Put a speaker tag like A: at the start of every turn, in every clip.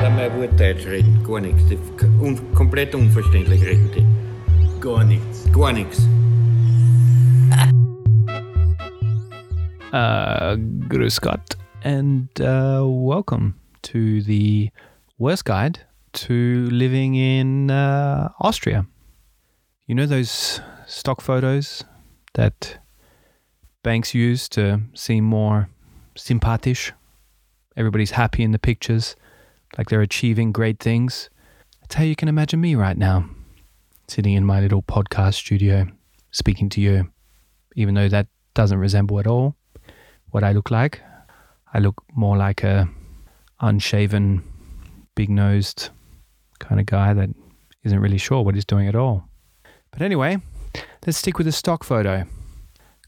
A: Lass mal ein Wort Deutsch reden, gar nichts. Die k- Un komplett unverständlich reden die.
B: Gar nichts.
A: Gar nichts.
C: Uh, Grüß Gott, and uh, welcome to the worst guide to living in uh, Austria. You know those stock photos that banks use to seem more sympathisch? Everybody's happy in the pictures, like they're achieving great things. That's how you can imagine me right now, sitting in my little podcast studio, speaking to you, even though that doesn't resemble at all what I look like. I look more like a unshaven, big-nosed kind of guy that isn't really sure what he's doing at all. But anyway, let's stick with the stock photo.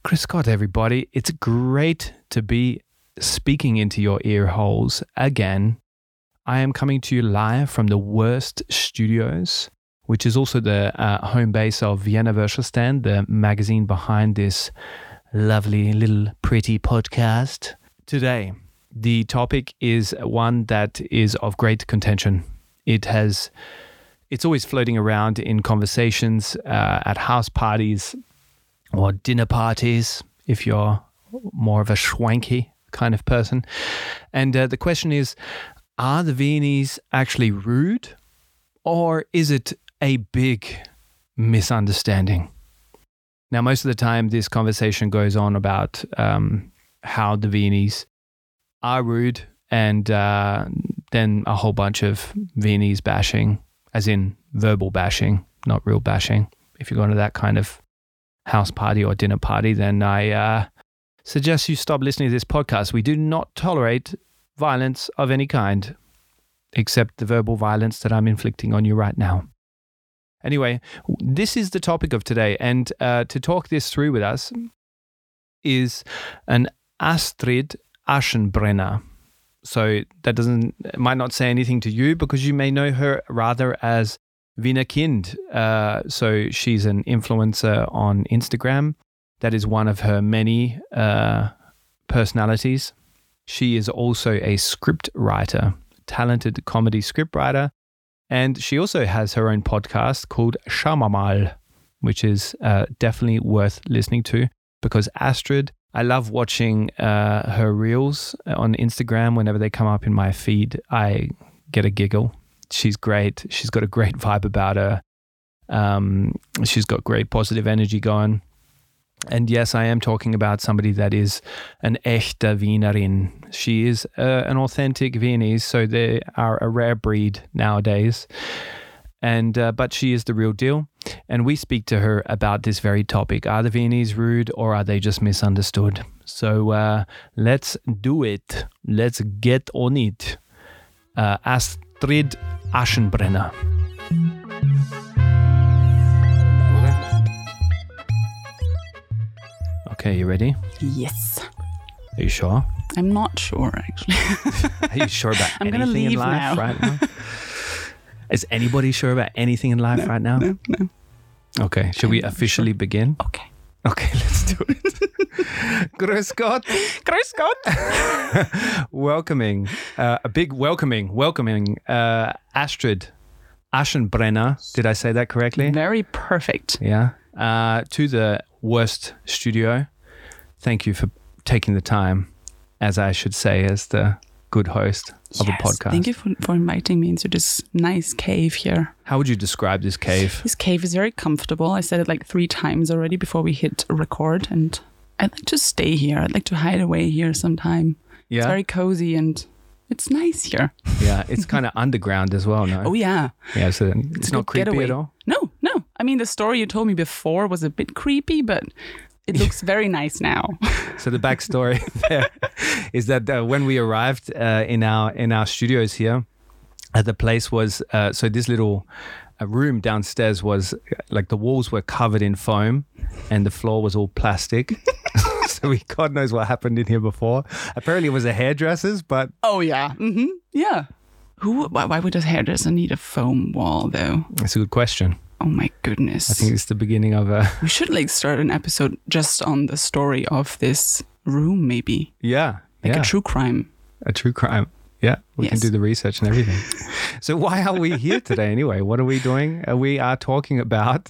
C: Chris Scott, everybody, it's great to be speaking into your ear holes again. I am coming to you live from the Worst Studios, which is also the uh, home base of Vienna Verschestand, the magazine behind this lovely little pretty podcast. Today, the topic is one that is of great contention. It has, it's always floating around in conversations uh, at house parties or dinner parties if you're more of a schwanky kind of person. And uh, the question is are the Viennese actually rude or is it a big misunderstanding? Now, most of the time, this conversation goes on about um, how the Viennese are rude, and uh, then a whole bunch of Viennese bashing, as in verbal bashing, not real bashing. If you're going to that kind of house party or dinner party, then I uh, suggest you stop listening to this podcast. We do not tolerate violence of any kind, except the verbal violence that I'm inflicting on you right now. Anyway, this is the topic of today. And uh, to talk this through with us is an Astrid Aschenbrenner. So that doesn't might not say anything to you because you may know her rather as Vina Kind. Uh, so she's an influencer on Instagram. That is one of her many uh, personalities. She is also a script writer, talented comedy script writer, and she also has her own podcast called Shamamal, which is uh, definitely worth listening to because Astrid, I love watching uh, her reels on Instagram. Whenever they come up in my feed, I get a giggle. She's great. She's got a great vibe about her. Um, she's got great positive energy going. And yes, I am talking about somebody that is an echte Wienerin. She is uh, an authentic Viennese, so they are a rare breed nowadays. And uh, but she is the real deal, and we speak to her about this very topic: Are the Viennese rude, or are they just misunderstood? So uh, let's do it. Let's get on it. Uh, Astrid Aschenbrenner.
A: Oder?
C: Okay, you ready?
D: Yes.
C: Are you sure?
D: I'm not sure, actually.
C: Are you sure about
D: I'm gonna
C: anything in
D: leave
C: life
D: now.
C: right now? Is anybody sure about anything in life right now?
D: No, no.
C: Okay, should we officially begin?
D: Okay.
C: Okay, let's do it. Grüß Gott.
D: Grüß Gott.
C: Welcoming, uh, a big welcoming, welcoming uh, Astrid Aschenbrenner. Did I say that correctly?
D: Very perfect.
C: Yeah. Uh, to the worst studio. Thank you for taking the time, as I should say, as the good host of a podcast.
D: Thank you for, for inviting me into this nice cave here.
C: How would you describe this cave?
D: This cave is very comfortable. I said it like three times already before we hit record, and I'd like to stay here. I'd like to hide away here sometime.
C: Yeah.
D: It's very cozy and it's nice here.
C: Yeah, it's kind of underground as well, no?
D: Oh, yeah.
C: yeah, so it's,
D: a
C: not
D: good
C: creepy
D: getaway.
C: at all.
D: No, no. I mean, the story you told me before was a bit creepy, but it looks very nice now.
C: So the backstory there is that uh, when we arrived uh, in our in our studios here, uh, the place was uh, so this little uh, room downstairs was uh, like the walls were covered in foam, and the floor was all plastic. so we God knows what happened in here before. Apparently, it was a hairdresser's, but
D: Oh yeah. hmm Yeah. Who? Why, why would a hairdresser need a foam wall though?
C: it's a good question.
D: Oh my goodness.
C: I think it's the beginning of a
D: we should like start an episode just on the story of this room, maybe
C: yeah,
D: like
C: yeah,
D: a true crime.
C: a true crime. Yeah, we can
D: Yes.
C: do the research and everything. so why are we here today anyway? What are we doing? Uh, We are talking about.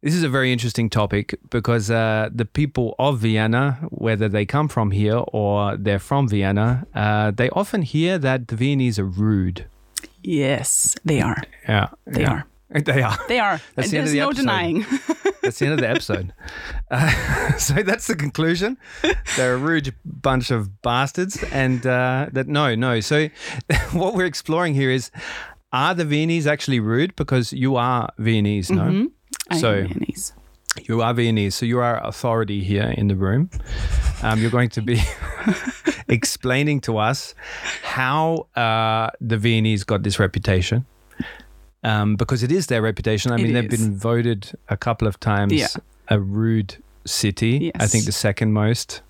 C: This is a very interesting topic because uh, the people of Vienna, whether they come from here or they're from Vienna, uh, they often hear that the Viennese are rude.
D: Yes, they are.
C: Yeah,
D: They
C: yeah.
D: are.
C: They are.
D: They are.
C: That's
D: And
C: the end of
D: There's
C: the
D: no
C: episode.
D: denying.
C: That's the end of the episode. Uh, so that's the conclusion. They're a rude bunch of bastards. And uh, that, no, no. So what we're exploring here is are the Viennese actually rude? Because you are Viennese, no?
D: I am
C: So-
D: Viennese.
C: You are Viennese. So you are authority here in the room. Um, you're going to be explaining to us how uh, the Viennese got this reputation. Um, because it is their reputation. I
D: It
C: mean, they've
D: is.
C: been voted a couple of times
D: Yeah.
C: a rude city. I think
D: Yes.
C: the second most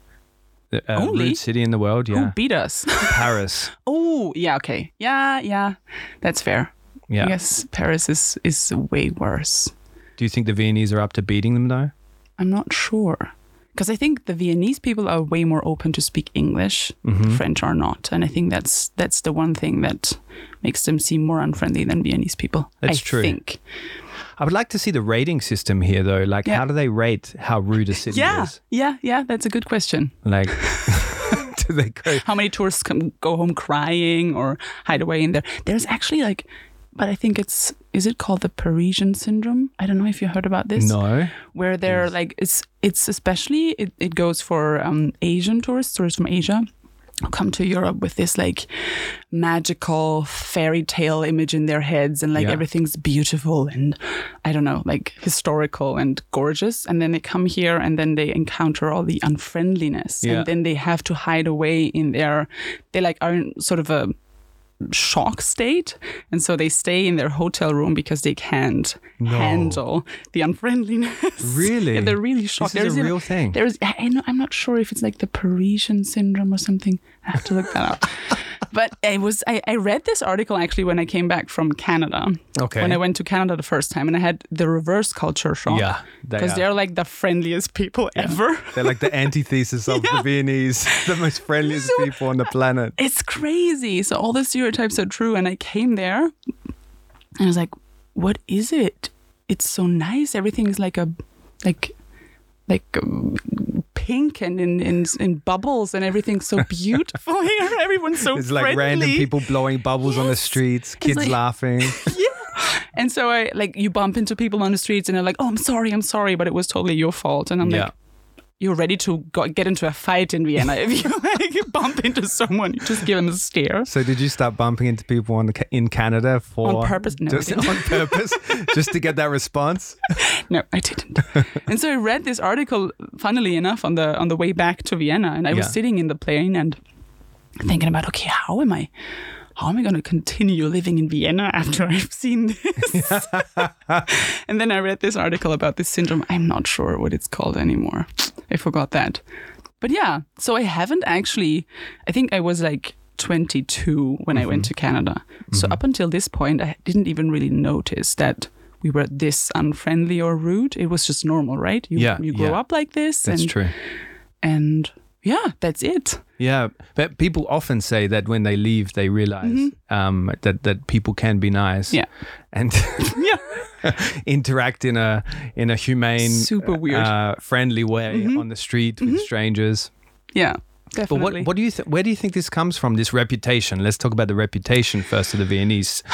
C: uh,
D: Only? Oh,
C: rude city in the world.
D: Who
C: Yeah.
D: beat us?
C: Paris.
D: oh, yeah, okay. Yeah, yeah. That's fair.
C: Yeah.
D: I guess Paris is, is way worse.
C: Do you think the Viennese are up to beating them, though?
D: I'm not sure. Because I think the Viennese people are way more open to speak English,
C: Mm-hmm.
D: French are not, and I think that's that's the one thing that makes them seem more unfriendly than Viennese people.
C: That's
D: I
C: true.
D: Think.
C: I would like to see the rating system here, though. Like,
D: Yeah.
C: how do they rate how rude a city
D: Yeah,
C: is?
D: yeah, yeah. That's a good question.
C: Like, do they go?
D: How many tourists can go home crying or hide away in there? There's actually like, but I think it's is it called the Parisian syndrome? I don't know if you heard about this.
C: No.
D: where they're like it's it's especially it, it goes for um, asian tourists tourists from asia who come to europe with this like magical fairy tale image in their heads and like
C: Yeah.
D: everything's beautiful and i don't know like historical and gorgeous and then they come here and then they encounter all the unfriendliness
C: Yeah.
D: and then they have to hide away in their they like are in sort of a shock state and so they stay in their hotel room because they can't handle the unfriendliness
C: Really?
D: yeah, they're really shocked
C: This is a
D: There's
C: real thing.
D: there's I I know i'm not sure if it's like the parisian syndrome or something i have to look that up but i was I, I read this article actually when i came back from canada
C: Okay.
D: when i went to canada the first time and i had the reverse culture shock
C: Yeah, they
D: because
C: are.
D: they're like the friendliest people ever
C: They're like the antithesis of the Viennese, the most friendliest
D: So-
C: people on the planet.
D: it's crazy. So all the stereotypes are true. And I came there and I was like, what is it? It's so nice. Everything is like a, like, like um, pink and in, in, in bubbles and everything's so beautiful here. Everyone's so
C: It's like
D: friendly.
C: random people blowing bubbles on the
D: Yes.
C: streets, kids
D: like-
C: laughing.
D: yeah. And so I like you bump into people on the streets and they're like, "Oh, I'm sorry, I'm sorry, but it was totally your fault." And I'm
C: Yeah.
D: like, "You're ready to go- get into a fight in Vienna if you like bump into someone, you just give them a stare."
C: So did you start bumping into people on the, ca- in Canada for
D: On purpose? No, I
C: Just
D: didn't.
C: on purpose, just to get that response.
D: No, I didn't. and so I read this article, funnily enough, on the on the way back to Vienna, and I was
C: Yeah.
D: sitting in the plane and thinking about, okay, how am I, how am I going to continue living in Vienna after I've seen this? and then I read this article about this syndrome. I'm not sure what it's called anymore. I forgot that. But yeah, so I haven't actually. I think I was like. 22 when I
C: Mm-hmm.
D: went to Canada. So, up until this point, I didn't even really notice that we were this unfriendly or rude. It was just normal, right? You,
C: Yeah,
D: you grow
C: yeah.
D: up like this, and
C: true.
D: and yeah, that's it.
C: Yeah, but people often say that when they leave, they realize um, that that people can be nice.
D: Mm-hmm. Yeah.
C: and
D: Yeah,
C: interact in a in a humane,
D: Super weird. Mm-hmm.
C: uh, friendly way on the street with strangers.
D: yeah,
C: But
D: definitely.
C: what, what do you th- where do you think this comes from? This reputation. Let's talk about the reputation first of the Viennese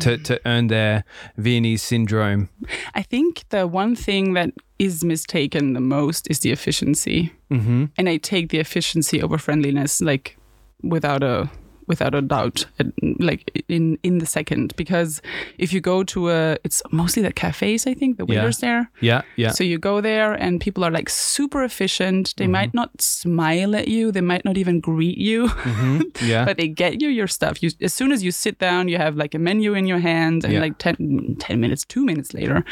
C: to, to earn their Viennese syndrome.
D: I think the one thing that is mistaken the most is the efficiency,
C: Mm-hmm.
D: and I take the efficiency over friendliness, like without a without a doubt and, like in in the second because if you go to a it's mostly the cafes i think the
C: Yeah.
D: waiters there
C: Yeah, yeah, Mm-hmm.
D: So you go there and people are like super efficient. They might not smile at you. They might not even greet you,
C: Mm-hmm. yeah.
D: but they get you your stuff. You, as soon as you sit down, you have like a menu in your hand and
C: Yeah.
D: like 10, 10 minutes, two minutes later,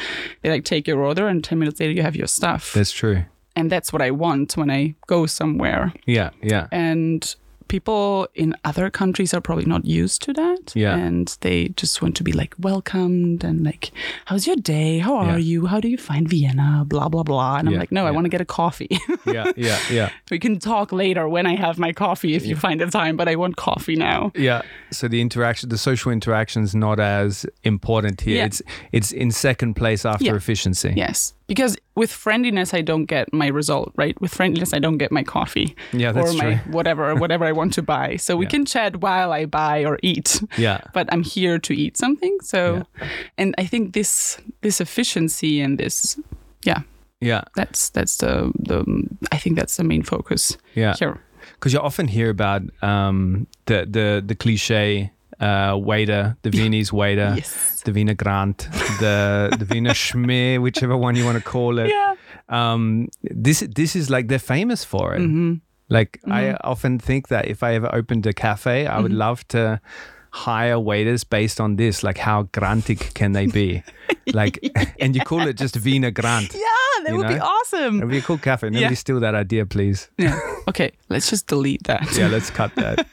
D: they like take your order and 10 minutes later you have your stuff.
C: That's true.
D: and that's what I want when I go somewhere.
C: Yeah, yeah.
D: And people in other countries are probably not used to that.
C: Yeah.
D: And they just want to be like welcomed and like, how's your day? How are
C: Yeah.
D: you? How do you find Vienna? Blah, blah, blah. And
C: Yeah,
D: I'm like, no, I
C: yeah.
D: want to get a coffee.
C: yeah, yeah, yeah.
D: we can talk later when I have my coffee if you find the time, but I want coffee now.
C: Yeah. So the interaction, the social interaction is not as important here.
D: Yeah.
C: It's it's in second place after
D: Yeah.
C: efficiency.
D: Yes, because with friendliness I don't get my result, right? With friendliness I don't get my coffee
C: Yeah, that's
D: or my
C: true.
D: whatever whatever I want to buy. So we
C: Yeah.
D: can chat while I buy or eat.
C: Yeah.
D: But I'm here to eat something. So and I think this this efficiency and this yeah,
C: Yeah.
D: that's that's the the I think that's the main focus
C: Yeah.
D: here.
C: Because you often hear about um, the the the cliche uh, waiter, the Viennese waiter,
D: Yes.
C: the Wiener Grant, the the Wiener Schmear, whichever one you want to call it.
D: Yeah.
C: Um, this this is like they're famous for it.
D: Mm-hmm.
C: Like I often think that if I ever opened a cafe, I would
D: Mm-hmm.
C: love to hire waiters based on this. Like how grantic can they be? Like, and you call it just Wiener Grant.
D: Yeah, that
C: You
D: would be
C: know?
D: awesome.
C: It'd be a cool cafe. Nobody
D: Yeah.
C: steal that idea, please.
D: yeah. Okay, let's just delete that.
C: Yeah, let's cut that.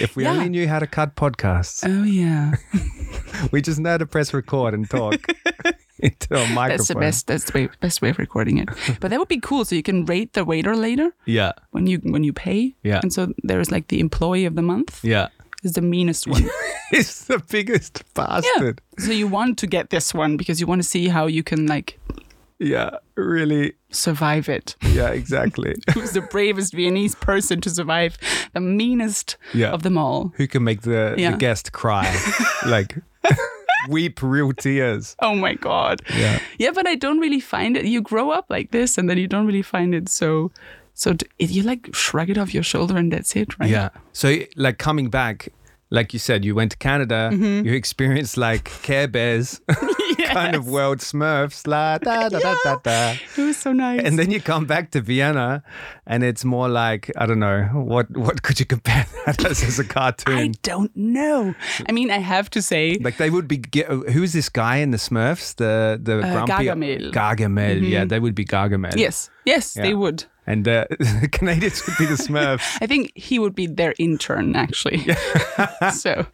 C: if we
D: Yeah.
C: only knew how to cut podcasts,
D: Oh yeah.
C: we just know how to press record and talk into a microphone.
D: That's the best. That's the way, best way of recording it. But that would be cool. So you can rate the waiter later
C: Yeah,
D: when you when you pay.
C: Yeah.
D: And so there is like the employee of the month
C: yeah.
D: is the meanest one.
C: It's the biggest bastard.
D: So you want to get this one because you want to see how you can like
C: Yeah, really.
D: survive it.
C: Yeah, exactly.
D: Who's the bravest Viennese person to survive the meanest
C: Yeah.
D: of them all?
C: Who can make the,
D: Yeah.
C: the guest cry? like, weep real tears.
D: Oh my god.
C: Yeah.
D: Yeah, but I don't really find it. You grow up like this, and then you don't really find it so. So t- it, you like shrug it off your shoulder, and that's it, right?
C: Yeah. So, like, coming back, like you said, you went to Canada,
D: Mm-hmm.
C: you experienced like Care Bears, kind of world smurfs, la da da da da da.
D: It was so nice.
C: And then you come back to Vienna, and it's more like I don't know what what could you compare that as, as a
D: I
C: cartoon?
D: don't know. I mean, I have to say,
C: like they would be ge- who's this guy in the Smurfs? The the grumpy
D: Uh, Gargamel. Mm-hmm.
C: Gargamel, yeah, they would be Gargamel.
D: yes, yes,
C: Yeah.
D: they would.
C: and uh, the Canadians would be the Smurfs.
D: I think he would be their intern, actually. so,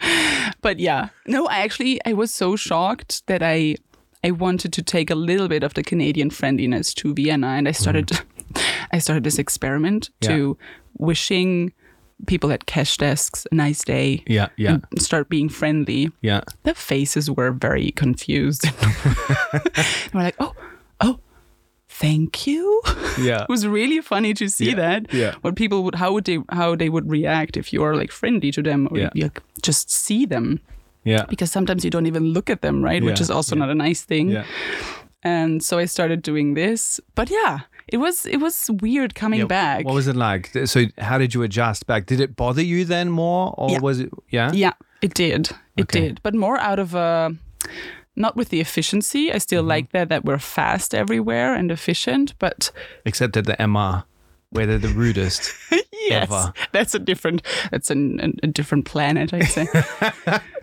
D: but yeah, no, I actually I was so shocked that I I wanted to take a little bit of the Canadian friendliness to Vienna, and I started I started this experiment
C: Mm. Yeah.
D: to wishing people at cash desks a nice day.
C: Yeah, yeah,
D: and Start being friendly.
C: yeah,
D: the faces were very confused. And we're like, oh, oh, thank you.
C: yeah,
D: It was really funny to see
C: Uh, Yeah,
D: that.
C: yeah.
D: What people would, how would they, how they would react if you are like friendly to them or
C: Yeah.
D: if you like, just see them
C: yeah,
D: because sometimes you don't even look at them, right? Which
C: Yeah,
D: is also
C: yeah.
D: not a nice thing.
C: yeah.
D: And so I started doing this, but yeah, it was it was weird coming back.
C: What was it like? Th- So, how did you adjust back? Did it bother you then more, or
D: Yeah.
C: was it? Yeah,
D: Yeah, it did. It
C: Okay.
D: did. But more out of a not with the efficiency. I still
C: Mm-hmm.
D: like that that we're fast everywhere and efficient, but
C: Except at the MR, where they're the rudest.
D: yes,
C: Ever.
D: that's a different that's an, an, a different planet, I'd say.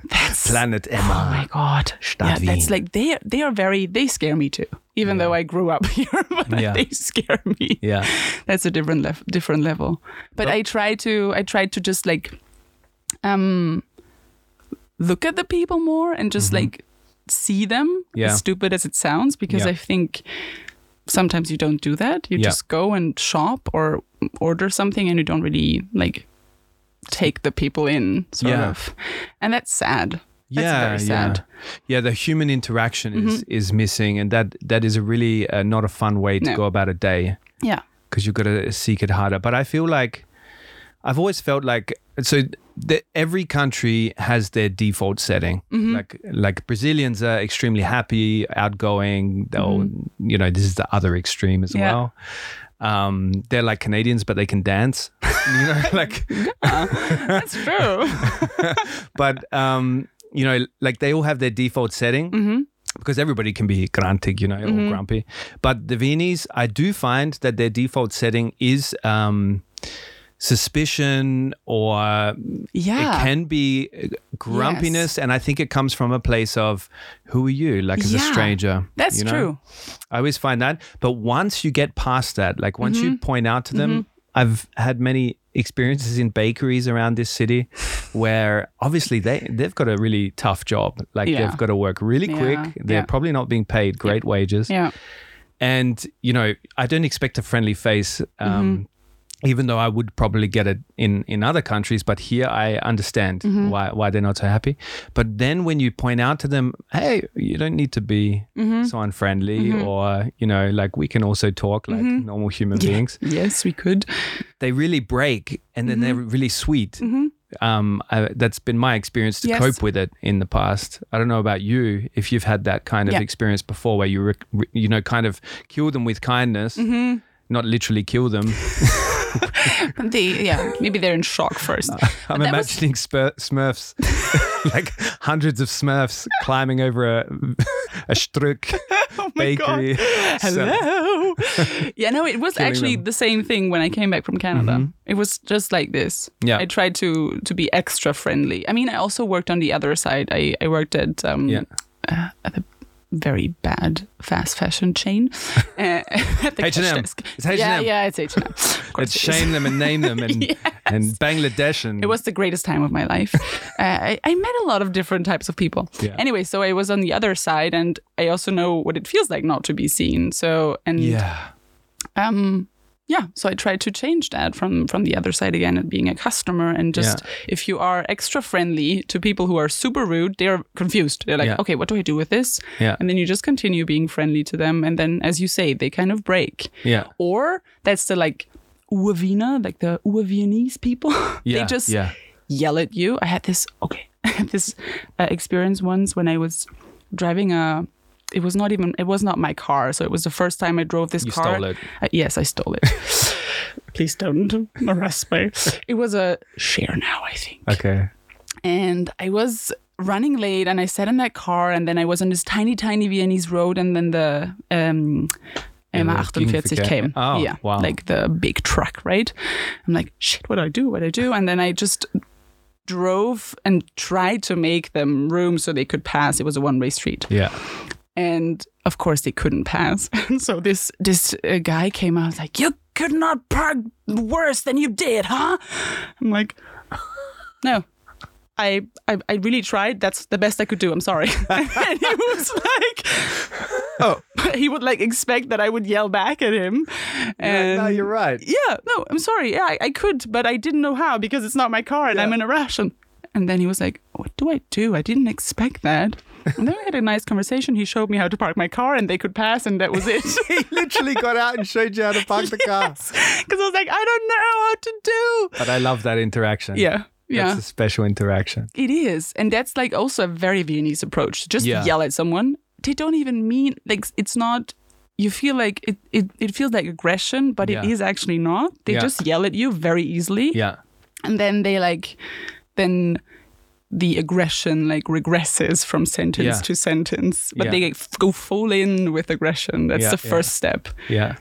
D: that's
C: Planet MR.
D: Oh my god.
C: Stadt
D: yeah,
C: Wien.
D: that's like they they are very they scare me too. Even though I grew up here, but
C: Yeah.
D: they scare me.
C: Yeah,
D: that's a different level different level but i try to i try to just like um look at the people more and just like see them
C: Mm-hmm. Yeah.
D: as stupid as it sounds because
C: Yeah.
D: i think sometimes you don't do that you
C: Yeah.
D: just go and shop or order something and you don't really like take the people in sort
C: Yeah.
D: of and that's sad
C: yeah,
D: that's very sad Mm-hmm.
C: yeah. Yeah, the human interaction is is missing, and that that is a really uh, not a fun way to
D: No.
C: go about a day
D: yeah
C: because you've got to seek it harder. But I feel like I've always felt like so the, every country has their default setting.
D: Mm-hmm.
C: Like like Brazilians are extremely happy, outgoing. They'll you know this is the other extreme as
D: Mm-hmm. Yeah.
C: well. Um, they're like Canadians, but they can dance. you know, like
D: that's true
C: but um, you know, like they all have their default setting
D: Mm-hmm.
C: because everybody can be grantic, you know, or grumpy. But the Viennese, I do find that their default setting is um, suspicion or it
D: yeah
C: can be uh, grumpiness, and I think it comes from a place of who are you, like as a
D: Yeah.
C: stranger.
D: that's
C: you know?
D: true Mm-hmm.
C: I always find that. But once you get past that, like once you point out to them, I've had many experiences in bakeries around this city where obviously they, they've got a really tough job. Like
D: Yeah.
C: they've got to work really
D: Yeah,
C: quick. They're
D: yeah.
C: probably not being paid great wages.
D: Yeah.
C: And, you know, I don't expect a friendly face. Um, Even though I would probably get it in, in other countries, but here I understand why, why they're not so happy. But then when you point out to them, hey, you don't need to be so unfriendly, or, you know, like we can also talk like normal human beings
D: Yes, we could.
C: they really break and then
D: Mm-hmm.
C: they're really sweet. Um, I, that's been my experience to
D: Yes.
C: cope with it in the past. I don't know about you if you've had that kind of
D: Yeah.
C: experience before where you re- re- you know kind of kill them with kindness,
D: Mm-hmm.
C: not literally kill them.
D: They, yeah, maybe they're in shock first.
C: I'm
D: that was-
C: imagining spur- Smurfs, like hundreds of Smurfs climbing over a a Struck
D: oh my God.
C: bakery. So-
D: Hello. yeah, no, it was
C: Killing
D: actually
C: them. Mm-hmm.
D: the same thing when I came back from Canada. It was just like this.
C: Yeah.
D: I tried to to be extra friendly. I mean, I also worked on the other side. I I worked at um
C: Yeah.
D: uh, at a very bad fast fashion chain. Uh, at the cash
C: H&M.
D: desk.
C: It's H&M.
D: Yeah, yeah, it's H&M. Of course
C: Let's
D: it is.
C: shame them and name them and, and Bangladesh and
D: It was the greatest time of my life. uh, I, I met a lot of different types of people.
C: Yeah.
D: Anyway, so I was on the other side, and I also know what it feels like not to be seen. So and
C: yeah.
D: um, yeah, so I tried to change that from from the other side again, and being a customer, and just
C: Yeah.
D: if you are extra friendly to people who are super rude, they're confused. They're like,
C: Yeah.
D: okay, what do I do with this?
C: Yeah.
D: And then you just continue being friendly to them, and then as you say, they kind of break
C: Yeah.
D: or that's the like Uavina, like the Uavianese people.
C: Yeah,
D: they just
C: yeah.
D: yell at you. I had this okay, I had this uh, experience once when I was driving a. It was not even. It was not my car, so it was the first time I drove this
C: You
D: car.
C: stole it.
D: Uh, yes, I stole it. Please don't arrest me. It was a share now, I think
C: Okay.
D: and I was running late and I sat in that car and then I was on this tiny, tiny Viennese road and then the um, M48
C: Gegenverkehr.
D: came.
C: Oh,
D: yeah,
C: wow.
D: like the big truck, right? I'm like, shit, what do I do? What do I do? And then I just drove and tried to make them room so they could pass. It was a one-way street
C: Yeah.
D: and of course they couldn't pass. And so this this uh, guy came out like, "You could not park worse than you did, huh?" I'm like, "No." I, I, I really tried. That's the best I could do. I'm sorry. and he was like,
C: Oh.
D: he would like expect that I would yell back at him. And
C: no, you're right.
D: yeah, no, I'm sorry. Yeah, I, I could, but I didn't know how because it's not my car and I'm in a rush. And, and then he was like, What do I do? I didn't expect that. And then we had a nice conversation. He showed me how to park my car and they could pass, and that was it.
C: he literally got out and showed you how to park the car.
D: Because I was like, I don't know how to
C: But I love that interaction.
D: do. Yeah. Yeah,
C: That's a special interaction.
D: it is. And that's like also a very Viennese approach. to Just
C: Yeah.
D: yell at someone. They don't even mean, like, it's not, you feel like it, it, it feels like aggression, but
C: Yeah.
D: it is actually not. They
C: Yeah.
D: just yell at you very easily.
C: Yeah.
D: and then they like then the aggression like regresses from sentence
C: Yeah.
D: to sentence but
C: Yeah.
D: they f- go full in with aggression that's
C: Yeah,
D: the
C: yeah.
D: first step
C: Yeah.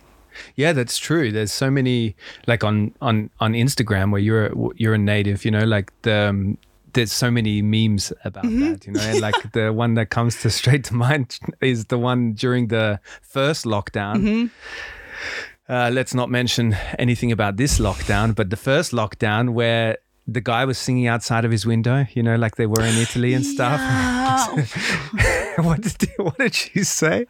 C: Yeah, that's true. There's so many like on on on Instagram where you're a- you're a native, you know, like the um, there's so many memes about
D: Mm-hmm.
C: that, you know, and like the one that comes to straight to mind is the one during the first lockdown.
D: Mm-hmm.
C: Uh, let's not mention anything about this lockdown, but the first lockdown where the guy was singing outside of his window, you know, like they were in Italy and stuff.
D: Yeah.
C: what did what did she say?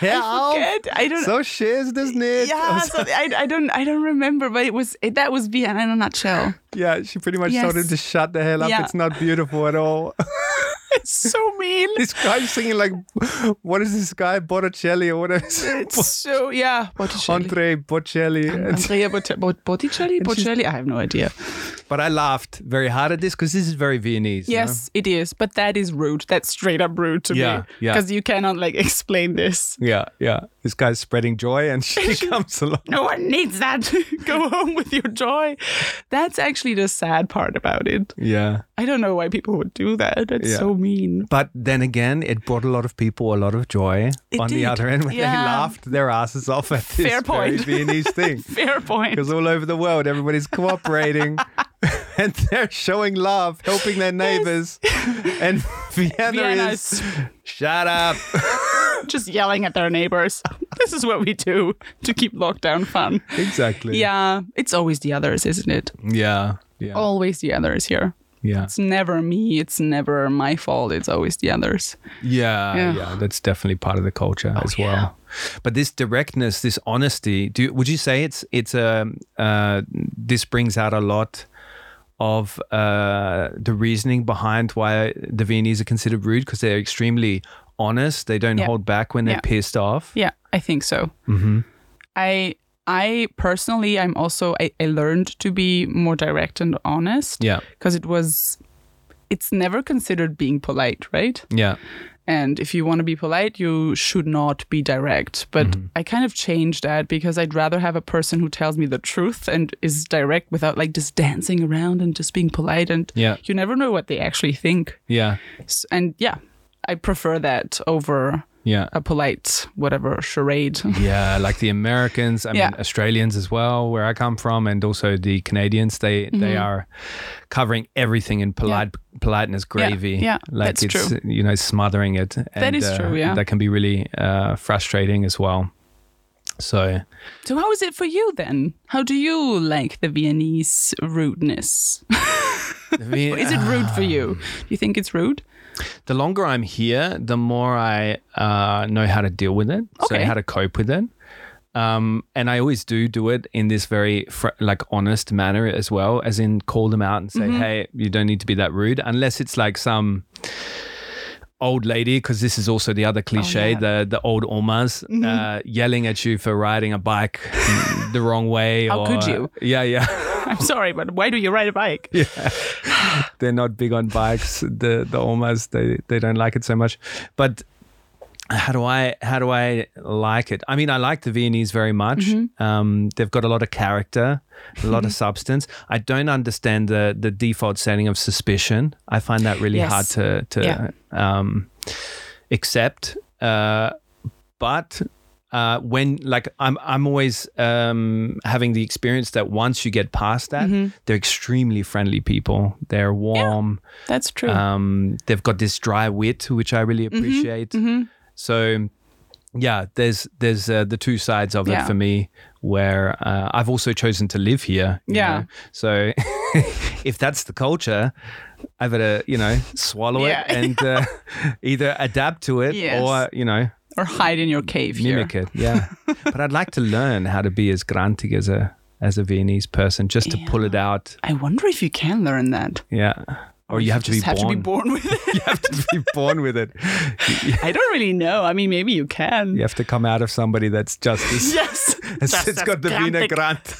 C: Yeah,
D: Good. i don't
C: Oh. so she's doesn't it?
D: yeah so I, I don't i don't remember but it was it, that was vienna in a nutshell
C: Yeah, she pretty much
D: Yes.
C: told him to shut the hell up.
D: Yeah.
C: It's not beautiful at all.
D: it's so mean
C: this guy's singing like, what is this guy Botticelli or whatever?
D: it's so yeah botticelli
C: Andre Bocelli. And-
D: andrea Bot- Bot- botticelli
C: she's-
D: botticelli i have no idea
C: but I laughed very hard at this because this is very Viennese. you know?
D: Yes, it is. But that is rude. That's straight up rude to
C: Yeah,
D: me.
C: yeah.
D: Because you cannot like explain this.
C: Yeah, yeah. This guy's spreading joy and she comes along.
D: No one needs that. Go home with your joy. That's actually the sad part about it.
C: Yeah.
D: I don't know why people would do that. That's
C: Yeah.
D: so mean.
C: But then again, it brought a lot of people a lot of joy
D: It
C: on the
D: did.
C: other end when they
D: Yeah.
C: laughed their asses off at this
D: Fair point.
C: very Viennese thing.
D: Fair point.
C: Because all over the world, everybody's cooperating and they're showing love, helping their neighbors. And Vienna,
D: Vienna
C: is, shut up.
D: Just yelling at their neighbors. this is what we do to keep lockdown fun.
C: Exactly. Mm.
D: Yeah, it's always the others, isn't it?
C: Yeah. Yeah.
D: Always the others here.
C: Yeah.
D: It's never me. It's never my fault. It's always the others.
C: Yeah, yeah,
D: Yeah. Oh,
C: that's definitely part of the culture as well. But this directness, this honesty, do you- would you say it's it's um, uh, this brings out a lot of uh, the reasoning behind why the Viennese are considered rude because they're extremely honest. They don't
D: Yeah.
C: hold back when they're
D: Yeah.
C: pissed off.
D: Yeah, I think so.
C: Mm-hmm.
D: I I personally I'm also I, I learned to be more direct and honest
C: Yeah,
D: because it was it's never considered being polite, right?
C: yeah,
D: And if you want to be polite, you should not be direct. But I kind of changed that because I'd rather have a person who tells me the truth and is direct without like just dancing around and just being polite. And
C: Yeah.
D: you never know what they actually think.
C: yeah,
D: S- And yeah, I prefer that over
C: yeah.
D: a polite, whatever, charade.
C: Yeah, like the Americans, I
D: Yeah.
C: mean Australians as well, where I come from, and also the Canadians. They
D: Mm-hmm.
C: they are covering everything in polite politeness gravy.
D: yeah,
C: like
D: that's
C: it's you know smothering it. And, uh,
D: is true, yeah.
C: that can be really uh, frustrating as well. So
D: so, how is it for you then? How do you like the Viennese rudeness? Is it rude for you? Do you think it's rude?
C: the longer I'm here, the more I uh, know how to deal with it. So
D: Okay.
C: how to cope with it. Um, and I always do do it in this very fr- like honest manner as well, as in call them out and say,
D: Mm-hmm.
C: "Hey, you don't need to be that rude," unless it's like some old lady, because this is also the other cliche,
D: Oh, yeah. Mm-hmm.
C: the the old omas uh, yelling at you for riding a bike the wrong way.
D: How
C: or,
D: could you?
C: Yeah, yeah.
D: I'm sorry, but why do you ride a bike?
C: they're not big on bikes. the the Omas they they don't like it so much. But how do I how do I like it? I mean, I like the Viennese very much. Um, they've got a lot of character, a lot of substance. I don't understand the the default setting of suspicion. I find that really
D: Yes.
C: hard to to
D: Yeah.
C: um, accept. Uh, but uh, when like I'm I'm always um, having the experience that once you get past that, they're extremely friendly people. They're warm.
D: That's true.
C: Um, they've got this dry wit, which I really
D: Mm-hmm,
C: appreciate. So yeah, there's there's uh, the two sides of it
D: Yeah.
C: for me. Where uh, I've also chosen to live here. you
D: Yeah.
C: know. So if that's the culture. I've got to, you know, swallow
D: Yeah.
C: it and uh, either adapt to it
D: Yes.
C: or, you know,
D: or hide in your cave here.
C: mimic it. Yeah, but I'd like to learn how to be as grantig as a as a Viennese person, just to pull it out.
D: I wonder if you can learn that.
C: Yeah, or you have to be
D: Just
C: born.
D: have to be born with it.
C: you have to be born with it.
D: I don't really know. I mean, maybe you can.
C: You have to come out of somebody that's just as.
D: Yes.
C: It's,
D: Just
C: it's
D: as
C: got the Wiener
D: grantic.
C: Grant.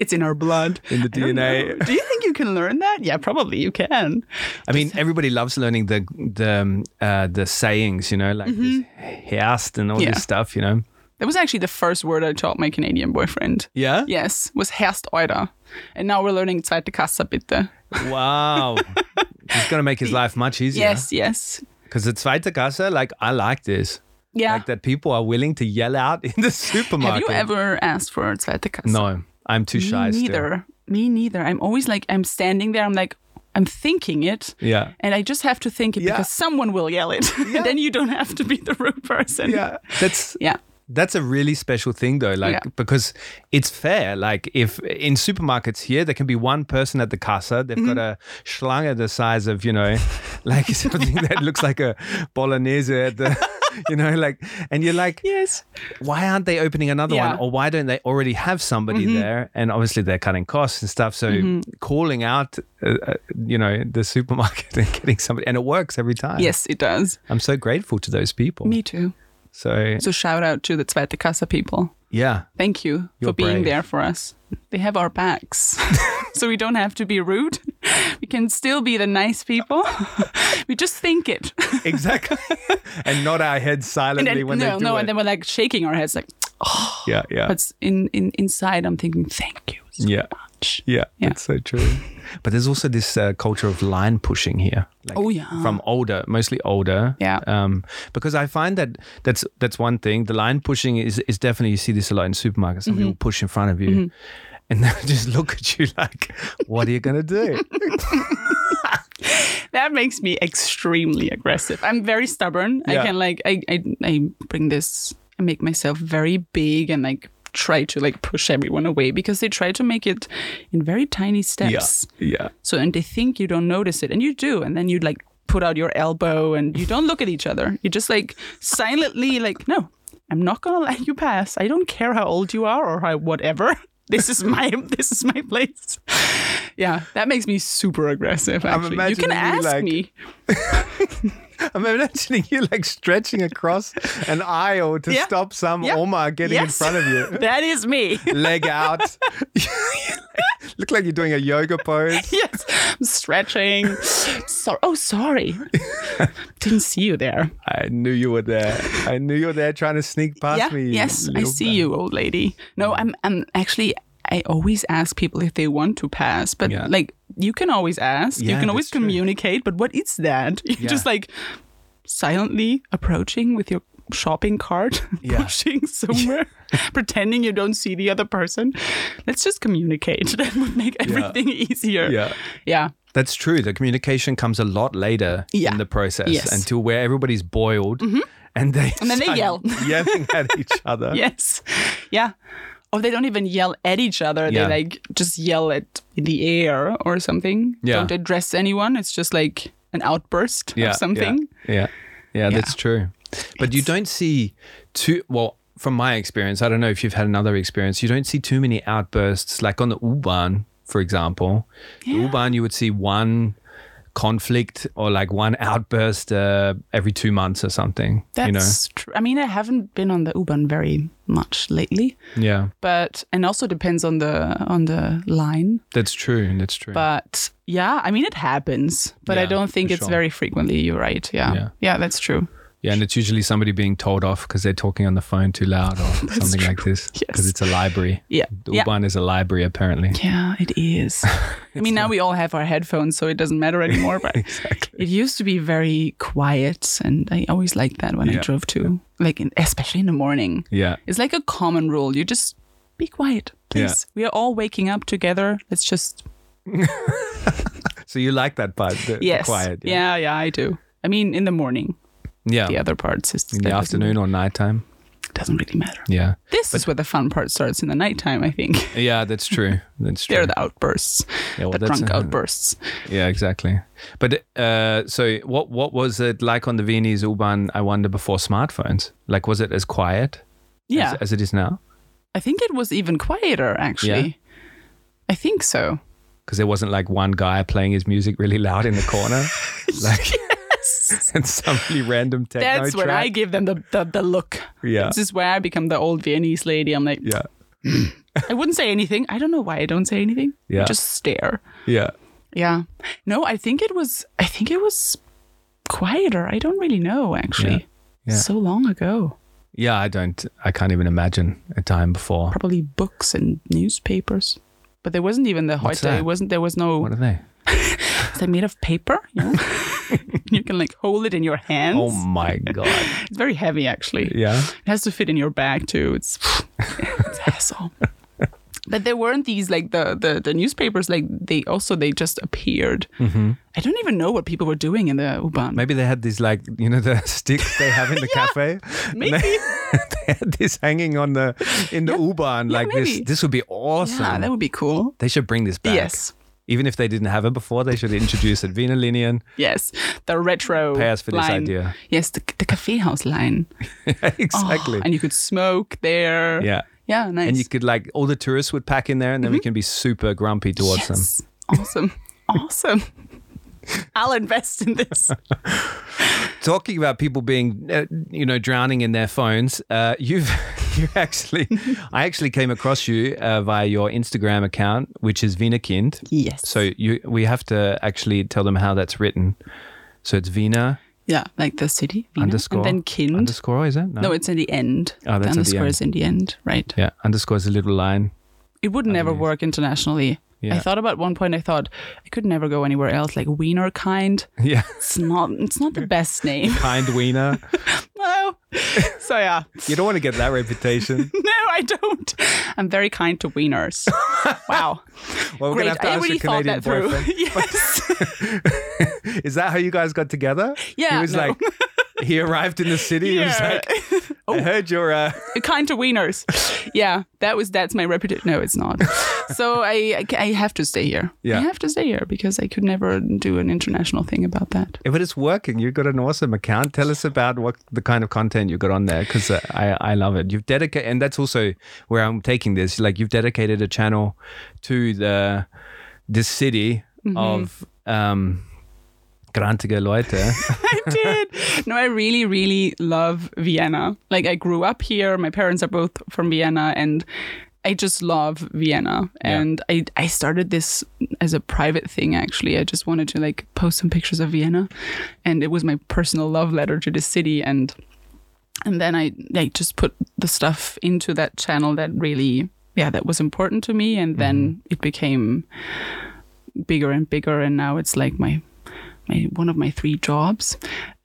D: It's in our blood.
C: In the
D: I don't
C: DNA.
D: know. Do you think you can learn that? Yeah, probably you can.
C: I mean, everybody loves learning the the um, uh, the sayings, you know, like this Herst and all
D: Mm-hmm. Yeah.
C: this stuff, you know.
D: That was actually the first word I taught my Canadian boyfriend.
C: Yeah.
D: Yes, was Herst Euder. And now we're learning Zweite Kasse bitte.
C: Wow. He's gonna make his life much easier.
D: Yes, yes.
C: Because the Zweite Kasse, like I like this.
D: Yeah.
C: Like that people are willing to yell out in the supermarket.
D: have you ever asked for Zweite Kasse?
C: No, I'm too shy.
D: Me
C: still.
D: neither. Me neither. I'm always like, I'm standing there, I'm like, I'm thinking it.
C: Yeah.
D: And I just have to think it
C: Yeah.
D: because someone will yell it. and then you don't have to be the rude person.
C: Yeah. That's
D: Yeah.
C: that's a really special thing though, like
D: Yeah.
C: because it's fair. Like if in supermarkets here there can be one person at the casa, they've
D: Mm-hmm.
C: got a schlange the size of, you know, like something that looks like a bolognese at the you know, like and you're like
D: Yes.
C: why aren't they opening another
D: Yeah. Mm-hmm.
C: one or why don't they already have somebody there and obviously they're cutting costs and stuff so calling out uh, uh, you know the supermarket and getting somebody and it works every time
D: Yes, it does.
C: i'm so grateful to those people
D: Me too.
C: so
D: So shout out to the Zweite Kasse people.
C: yeah
D: Thank you
C: You're
D: for being
C: brave.
D: there for us. They have our backs. so we don't have to be rude. We can still be the nice people. we just think it.
C: exactly and nod our heads
D: And
C: silently
D: then,
C: when
D: no,
C: they do
D: no,
C: it
D: and then we're like shaking our heads like
C: yeah yeah
D: but in, in inside I'm thinking, thank you so
C: Yeah.
D: much.
C: yeah,
D: Yeah.
C: that's so true. But there's also this uh, culture of line pushing here. Like
D: Oh, yeah.
C: From older, mostly older.
D: Yeah.
C: Um, because I find that that's that's one thing. The line pushing is is definitely you see this a lot in supermarkets.
D: Mm-hmm.
C: Somebody will push in front of you, and they'll just look at you like, "What are you gonna do?"
D: That makes me extremely aggressive. I'm very stubern.
C: Yeah.
D: I can like I, I I bring this I make myself very big and like try to like push everyone away because they try to make it in very tiny steps.
C: Yeah.
D: So and they think you don't notice it, and you do, and then you like put out your elbow and you don't look at each other. You just like silently like, no, I'm not gonna let you pass. I don't care how old you are or how whatever. This is my this is my place. Yeah, that makes me super aggressive.
C: I'm
D: Actually, you can
C: imagining you,
D: ask
C: like-
D: me.
C: I'm imagining you like stretching across an aisle to
D: Yeah.
C: stop some
D: Yeah.
C: Oma getting
D: Yes.
C: in front of you.
D: That is me.
C: Leg out. Look like you're doing a yoga pose.
D: yes, I'm stretching. Sorry. Oh, sorry. Didn't see you there.
C: I knew you were there. I knew you were there trying to sneak past
D: yeah.
C: me.
D: yes, I
C: little
D: see
C: man.
D: you, old lady. No, I'm. I'm actually. I always ask people if they want to pass, but
C: Yeah.
D: like you can always ask.
C: Yeah,
D: you can always
C: that's true.
D: communicate. But what is that? You're just like silently approaching with your shopping cart,
C: Yeah.
D: pushing somewhere, pretending you don't see the other person. Let's just communicate. That would make everything easier.
C: Yeah.
D: Yeah.
C: That's true. The communication comes a lot later
D: Yeah.
C: in the process
D: Yes. Mm-hmm.
C: until where everybody's boiled and they
D: And then they
C: start
D: yell.
C: yelling at each other.
D: yes. Yeah. Or they don't even yell at each other.
C: Yeah.
D: They like just yell at in the air or something.
C: Yeah.
D: Don't address anyone. It's just like an outburst
C: yeah,
D: of something.
C: Yeah, yeah, Yeah, that's true. But you don't see too well from my experience. I don't know if you've had another experience. You don't see too many outbursts, like on the U-Bahn, for example. The
D: Yeah.
C: U-Bahn, you would see one conflict or like one outburst uh, every two months or something.
D: That's
C: you know,
D: true. I mean, I haven't been on the U-Bahn very much lately,
C: yeah,
D: but and also depends on the on the line.
C: that's true. That's true.
D: But yeah, I mean, it happens, but I
C: Yeah,
D: don't think
C: for
D: it's
C: sure.
D: very frequently. You're right. Yeah.
C: Yeah.
D: Yeah, that's true.
C: yeah, and it's usually somebody being told off because they're talking on the phone too loud or something like this. Because
D: Yes.
C: it's a library.
D: Yeah.
C: The
D: yeah.
C: U-Bahn is a library, apparently.
D: Yeah, it is. I mean, now we all have our headphones, so it doesn't matter anymore. But it used to be very quiet, and I always liked that when
C: Yeah.
D: I drove to, like, in, especially in the morning.
C: Yeah.
D: It's like a common rule. You just be quiet,
C: Yeah.
D: please. We are all waking up together. Let's just
C: So you like that part? The, the
D: yes,
C: quiet.
D: yeah. yeah, I do. I mean, in the morning.
C: Yeah.
D: The other parts is
C: Um, in the afternoon or nighttime.
D: Doesn't, doesn't really matter.
C: Yeah.
D: This is where the fun part starts in the nighttime. I think
C: Yeah, that's true. That's true.
D: they're the outbursts,
C: yeah, well,
D: the
C: that's-
D: drunk outbursts.
C: Yeah, exactly. But uh, so what what was it like on the Viennese U-Bahn, I wonder, before smartphones? Like, was it as quiet
D: Yeah,
C: as, as it is now?
D: I think it was even quieter, actually. I think so.
C: Because there wasn't like one guy playing his music really loud in the corner. like, and some really random techno
D: That's when I
C: track.
D: give them the, the, the look.
C: Yeah.
D: This is where I become the old Viennese lady. I'm like,
C: Yeah.
D: I wouldn't say anything. I don't know why I don't say anything. I
C: Yeah.
D: just stare.
C: Yeah.
D: Yeah. No, I think it was, I think it was quieter. I don't really know, actually.
C: Yeah.
D: So long ago.
C: Yeah, I don't, I can't even imagine a time before.
D: Probably books and newspapers. But there wasn't even the
C: What's
D: heute.
C: that?
D: It wasn't, there was no,
C: What are they?
D: it's like made of paper. You, know? you can like hold it in your hands.
C: Oh my God.
D: It's very heavy, actually.
C: Yeah.
D: It has to fit in your bag too. It's it's a hassle. But there weren't these like the, the the newspapers like they also they just appeared. I don't even know what people were doing in the U-Bahn.
C: Mm-hmm. Maybe they had these like you know the sticks they have in the cafe.
D: Maybe.
C: They, they had this hanging on the in the U-Bahn.
D: yeah,
C: like this,
D: maybe.
C: this would be awesome.
D: Yeah, that would be cool.
C: they should bring this back.
D: Yes,
C: Even if they didn't have it before, they should introduce it. Vina Linian,
D: yes, the retro
C: pay us for this
D: line.
C: idea.
D: Yes, the the cafe house line. Oh,
C: exactly.
D: and you could smoke there.
C: yeah.
D: yeah, nice. Mm-hmm.
C: And you could like all the tourists would pack in there, and then we can be super grumpy towards them.
D: yes. awesome, awesome. I'll invest in this.
C: Talking about people being, uh, you know, drowning in their phones. Uh, you've, you actually, I actually came across you uh, via your Instagram account, which is Vinakind.
D: Yes.
C: So you, we have to actually tell them how that's written. So it's Vina
D: yeah, like the city Vienna,
C: underscore
D: and then kind.
C: underscore is it? No,
D: No, it's in the end.
C: Oh, that's at the
D: the underscore
C: end.
D: is in the end, right?
C: yeah. Underscore is a little line.
D: It would never work internationally.
C: Yeah.
D: I thought about one point. I thought I could never go anywhere else. Like Wiener kind.
C: Yeah,
D: It's not. It's not the best name.
C: kind Wiener.
D: No. So yeah.
C: You don't want to get that reputation.
D: No, I don't. I'm very kind to wieners. Wow.
C: Well, we're
D: Great.
C: gonna have to
D: I
C: ask
D: really
C: your
D: thought
C: Canadian
D: that through.
C: boyfriend.
D: yes.
C: Is that how you guys got together?
D: Yeah,
C: He was
D: no.
C: like, he arrived in the city. He was
D: Yeah. Oh.
C: like, I heard your. Uh,
D: kind to wieners. yeah, that was that's my reputation. No, it's not. so I, I I have to stay here.
C: Yeah.
D: I have to stay here because I could never do an international thing about that.
C: if it's working, you've got an awesome account. Tell us about what the kind of content you got on there because uh, I I love it. You've dedicated, and that's also where I'm taking this. Like you've dedicated a channel to the this city of um, grantige Leute.
D: I did. No, I really, really love Vienna. Like I grew up here. My parents are both from Vienna, and I just love Vienna.
C: Yeah.
D: And I, I started this as a private thing. Actually, I just wanted to like post some pictures of Vienna, and it was my personal love letter to the city. And and then I I just put the stuff into that channel that really yeah that was important to me, and then it became bigger and bigger, and now it's like my my one of my three jobs.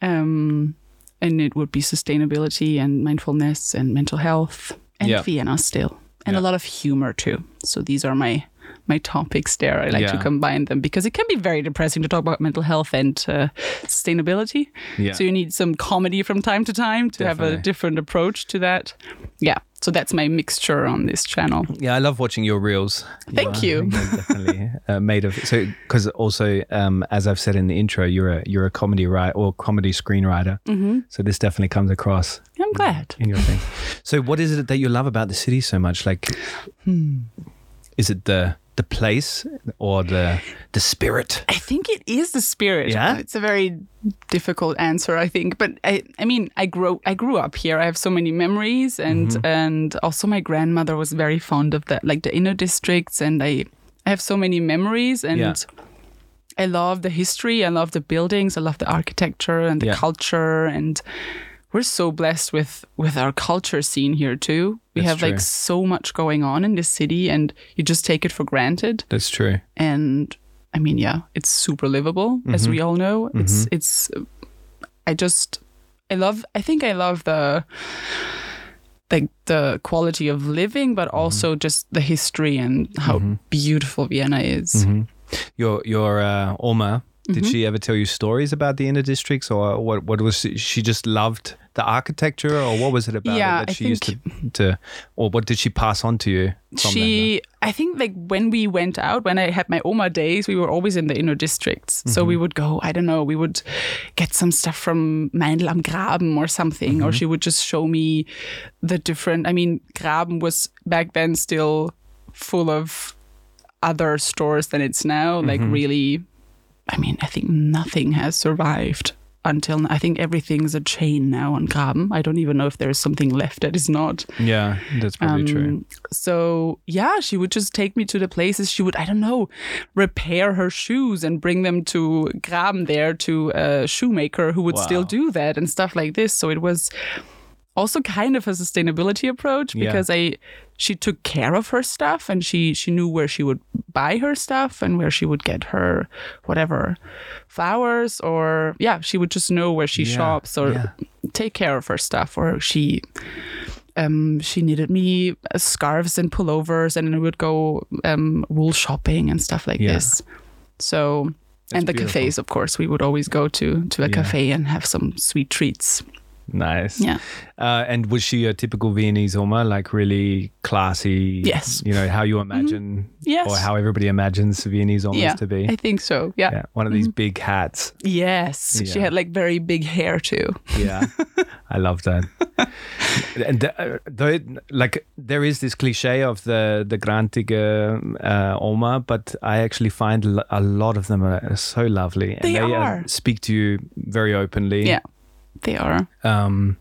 D: Um, and it would be sustainability and mindfulness and mental health and
C: Yeah.
D: Vienna still. And
C: Yeah.
D: a lot of humor too. So these are my my topics there. I like to
C: Yeah.
D: combine them because it can be very depressing to talk about mental health and uh, sustainability.
C: Yeah.
D: So you need some comedy from time to time to have
C: Definitely.
D: a different approach to that. Yeah. So that's my mixture on this channel.
C: Yeah, I love watching your reels.
D: Thank
C: are-
D: you.
C: you're definitely uh, made of so because also um, as I've said in the intro, you're a you're a comedy writer or comedy screenwriter. Mm-hmm. So this definitely comes across
D: I'm glad.
C: in your thing. so what is it that you love about the city so much? Like, is it the the place or the the spirit?
D: I think it is the spirit.
C: Yeah?
D: it's a very difficult answer, I think. But I, I mean, I grow, I grew up here. I have so many memories, and
C: Mm-hmm.
D: and also my grandmother was very fond of that, like the inner districts, and I, I have so many memories, and
C: Yeah.
D: I love the history. I love the buildings. I love the architecture and the
C: Yeah.
D: culture, and we're so blessed with with our culture scene here too. We
C: That's
D: have
C: true.
D: like so much going on in this city, and you just take it for granted
C: That's true.
D: and I mean, yeah, it's super livable, as we all know. It's it's. I just, I love. I think I love the, like the quality of living, but also just the history and how beautiful Vienna is.
C: Your your uh, Oma. Did she
D: Mm-hmm.
C: ever tell you stories about the inner districts, or what? What was she, she just loved the architecture, or what was it about
D: Yeah,
C: it that
D: I
C: she used to, to, or what did she pass on to you? From
D: she i think like when we went out when i had my oma days we were always in the inner districts so we would go i don't know we would get some stuff from mandel am graben or something or she would just show me the different i mean graben was back then still full of other stores than it's now like really i mean i think nothing has survived until I think everything's a chain now on Graben. I don't even know if there is something left that is not.
C: them? Yeah, that's probably true.
D: Um, So yeah, she would just take me to the places. She would, I don't know, repair her shoes and bring them to Graben there to a shoemaker who would still
C: Wow.
D: do that and stuff like this. So it was also kind of a sustainability approach
C: Yeah.
D: because I she took care of her stuff and she she knew where she would buy her stuff and where she would get her whatever flowers or yeah she would just know where she
C: Yeah,
D: shops or
C: yeah.
D: take care of her stuff or she um, she knitted me uh, scarves and pullovers, and I would go um, wool shopping and stuff like
C: Yeah.
D: this. So,
C: That's
D: and the
C: beautiful.
D: cafes, of course, we would always go to to a
C: Yeah.
D: cafe and have some sweet treats.
C: Nice.
D: Yeah,
C: Uh, and was she a typical Viennese Oma, like really classy?
D: Yes. Mm-hmm.
C: You know, how you imagine
D: Yes.
C: or how everybody imagines Viennese Omas
D: yeah, Mm-hmm.
C: to be?
D: I think so. Yeah,
C: yeah. One of these big hats.
D: yes, she
C: Yeah.
D: had like very big hair too.
C: Yeah. I love that. and uh, though, like, there is this cliche of the, the grantige uh, Oma, but I actually find l- a lot of them are so lovely. And
D: They
C: uh,
D: are.
C: speak to you very openly.
D: Yeah, they are.
C: um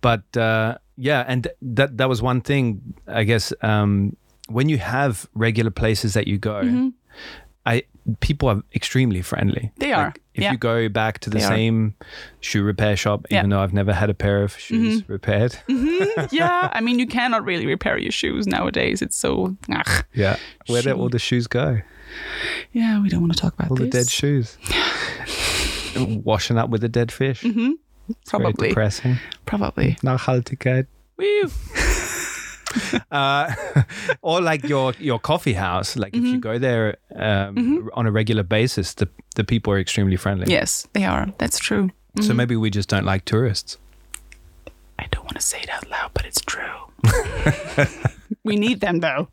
C: but uh yeah and th- that that was one thing i guess um when you have regular places that you go
D: Mm-hmm.
C: i people are extremely friendly
D: They
C: Like,
D: are.
C: if
D: Yeah.
C: you go back to the
D: They are.
C: same shoe repair shop
D: Yeah. Mm-hmm.
C: even though i've never had a pair of shoes repaired
D: yeah, I mean, you cannot really repair your shoes nowadays. It's so. Ugh.
C: yeah where did
D: Shoe.
C: all the shoes go
D: Yeah, we don't want to talk about
C: all
D: this.
C: the dead shoes washing up with the dead fish
D: Mm-hmm.
C: very
D: probably,
C: depressing
D: probably.
C: nachhaltigkeit
D: Woo.
C: uh, or like your your coffee house. Like if
D: Mm-hmm.
C: you go there um, on a regular basis, the the people are extremely friendly.
D: Yes, they are. That's true.
C: So maybe we just don't like tourists.
D: I don't want to say it out loud, but it's true. we need them though.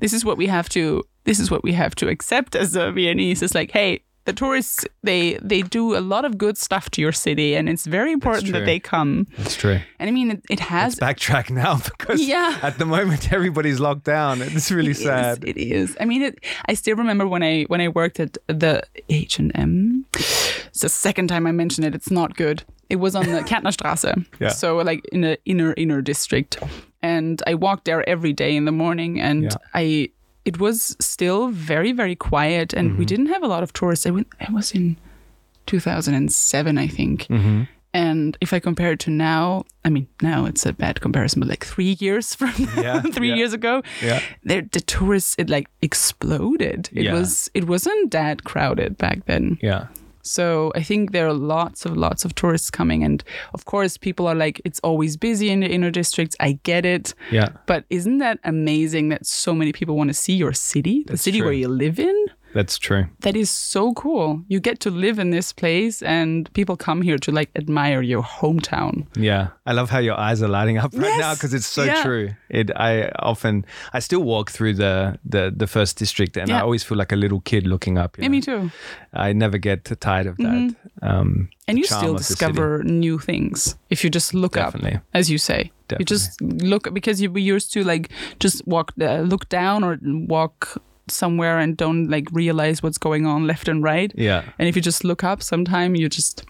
D: This is what we have to this is what we have to accept as a Viennese. It's like, hey, the tourists they they do a lot of good stuff to your city and it's very important
C: true.
D: that they come.
C: That's true.
D: And I mean it, it has
C: Let's backtrack now because
D: Yeah.
C: at the moment everybody's locked down. It's really
D: It is,
C: sad.
D: it is. I mean, it, I still remember when I when I worked at the H and M. It's the second time I mention it. It's not good. It was on the Kärntnerstrasse,
C: Yeah.
D: so like in the inner inner district, and I walked there every day in the morning, and
C: Yeah.
D: I it was still very very quiet, and
C: Mm-hmm.
D: we didn't have a lot of tourists. I went. I was in 2007, I think.
C: Mm-hmm.
D: And if I compare it to now, I mean, now it's a bad comparison, but like three years from
C: Yeah,
D: three
C: yeah.
D: years ago,
C: Yeah.
D: there the tourists it like exploded. It
C: Yeah.
D: was it wasn't that crowded back then.
C: Yeah.
D: So I think there are lots of lots of tourists coming and of course people are like it's always busy in the inner districts. I get it.
C: Yeah.
D: But isn't that amazing that so many people want to see your city, the
C: That's
D: city
C: true.
D: where you live in?
C: That's true.
D: That is so cool. You get to live in this place and people come here to like admire your hometown.
C: Yeah. I love how your eyes are lighting up right now
D: Yes.
C: because it's so
D: Yeah.
C: true. It I often I still walk through the the, the first district and I
D: Yeah.
C: always feel like a little kid looking up. you
D: Yeah,
C: know.
D: me too. Mm-hmm.
C: I never get tired of that. Um
D: And
C: the
D: you
C: charm
D: still
C: of the city.
D: discover new things if you just look
C: Definitely.
D: up, as you say.
C: Definitely.
D: You just look because you we used to like just walk, uh, look down or walk somewhere and don't like realize what's going on left and right.
C: Yeah.
D: And if you just look up, sometime you just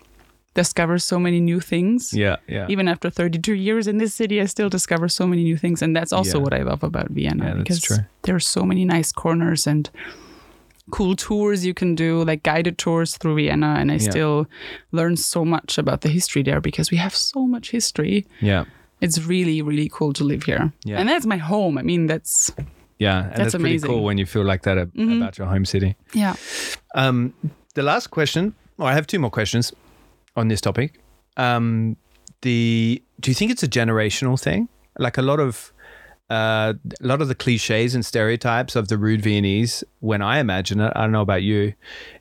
D: discover so many new things.
C: Yeah. Yeah.
D: Even after 32 years in this city, I still discover so many new things, and that's also
C: Yeah.
D: what I love about Vienna
C: Yeah, that's
D: because
C: true.
D: there are so many nice corners and cool tours you can do, like guided tours through Vienna. And I
C: Yeah.
D: still learn so much about the history there because we have so much history.
C: yeah.
D: It's really, really cool to live here,
C: Yeah.
D: and that's my home. I mean, that's
C: Yeah, and that's,
D: That's
C: pretty
D: amazing. Mm-hmm.
C: cool when you feel like that ab- about your home city.
D: yeah,
C: Um, the last question, or I have two more questions on this topic. Um, the do you think it's a generational thing? Like a lot of uh, a lot of the cliches and stereotypes of the rude Viennese, when I imagine it, I don't know about you,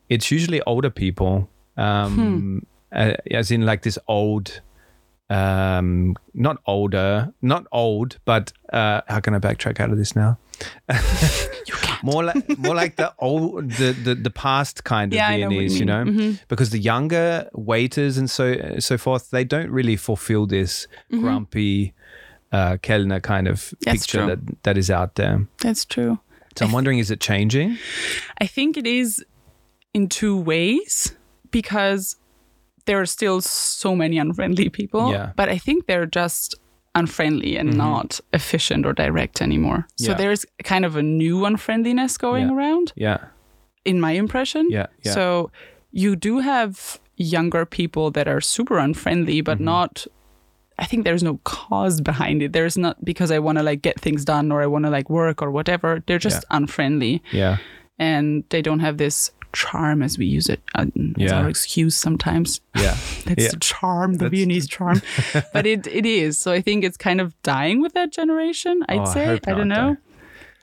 C: it's usually older people, um,
D: Hmm.
C: uh, as in like this old, um, not older, not old, but uh, how can I backtrack out of this now? more like more like the old the the, the past kind of
D: Yeah, I know what you
C: Viennese, you know,
D: mean. Mm-hmm.
C: because the younger waiters and so so forth, they don't really fulfill this
D: Mm-hmm.
C: grumpy uh, Kellner kind of
D: That's
C: picture
D: true.
C: that that is out there.
D: that's true.
C: So I'm wondering, is it changing?
D: I think it is in two ways because there are still so many unfriendly people,
C: Yeah. Mm-hmm.
D: but I think they're just unfriendly and not efficient or direct anymore. So
C: Yeah.
D: there's kind of a new unfriendliness going
C: Yeah.
D: around,
C: Yeah,
D: in my impression.
C: Yeah, yeah.
D: So you do have younger people that are super unfriendly, but
C: Mm-hmm.
D: not. I think there's no cause behind it. There's not because I want to like get things done or I want to like work or whatever. They're just unfriendly
C: yeah,
D: and they don't have this charm as we use it uh, as
C: Yeah.
D: our excuse sometimes.
C: yeah,
D: That's
C: Yeah.
D: the charm, the
C: That's-
D: Viennese charm. but it it is. So I think it's kind of dying with that generation. I'd
C: Oh, I
D: say.
C: hope
D: I don't
C: not, though.
D: know.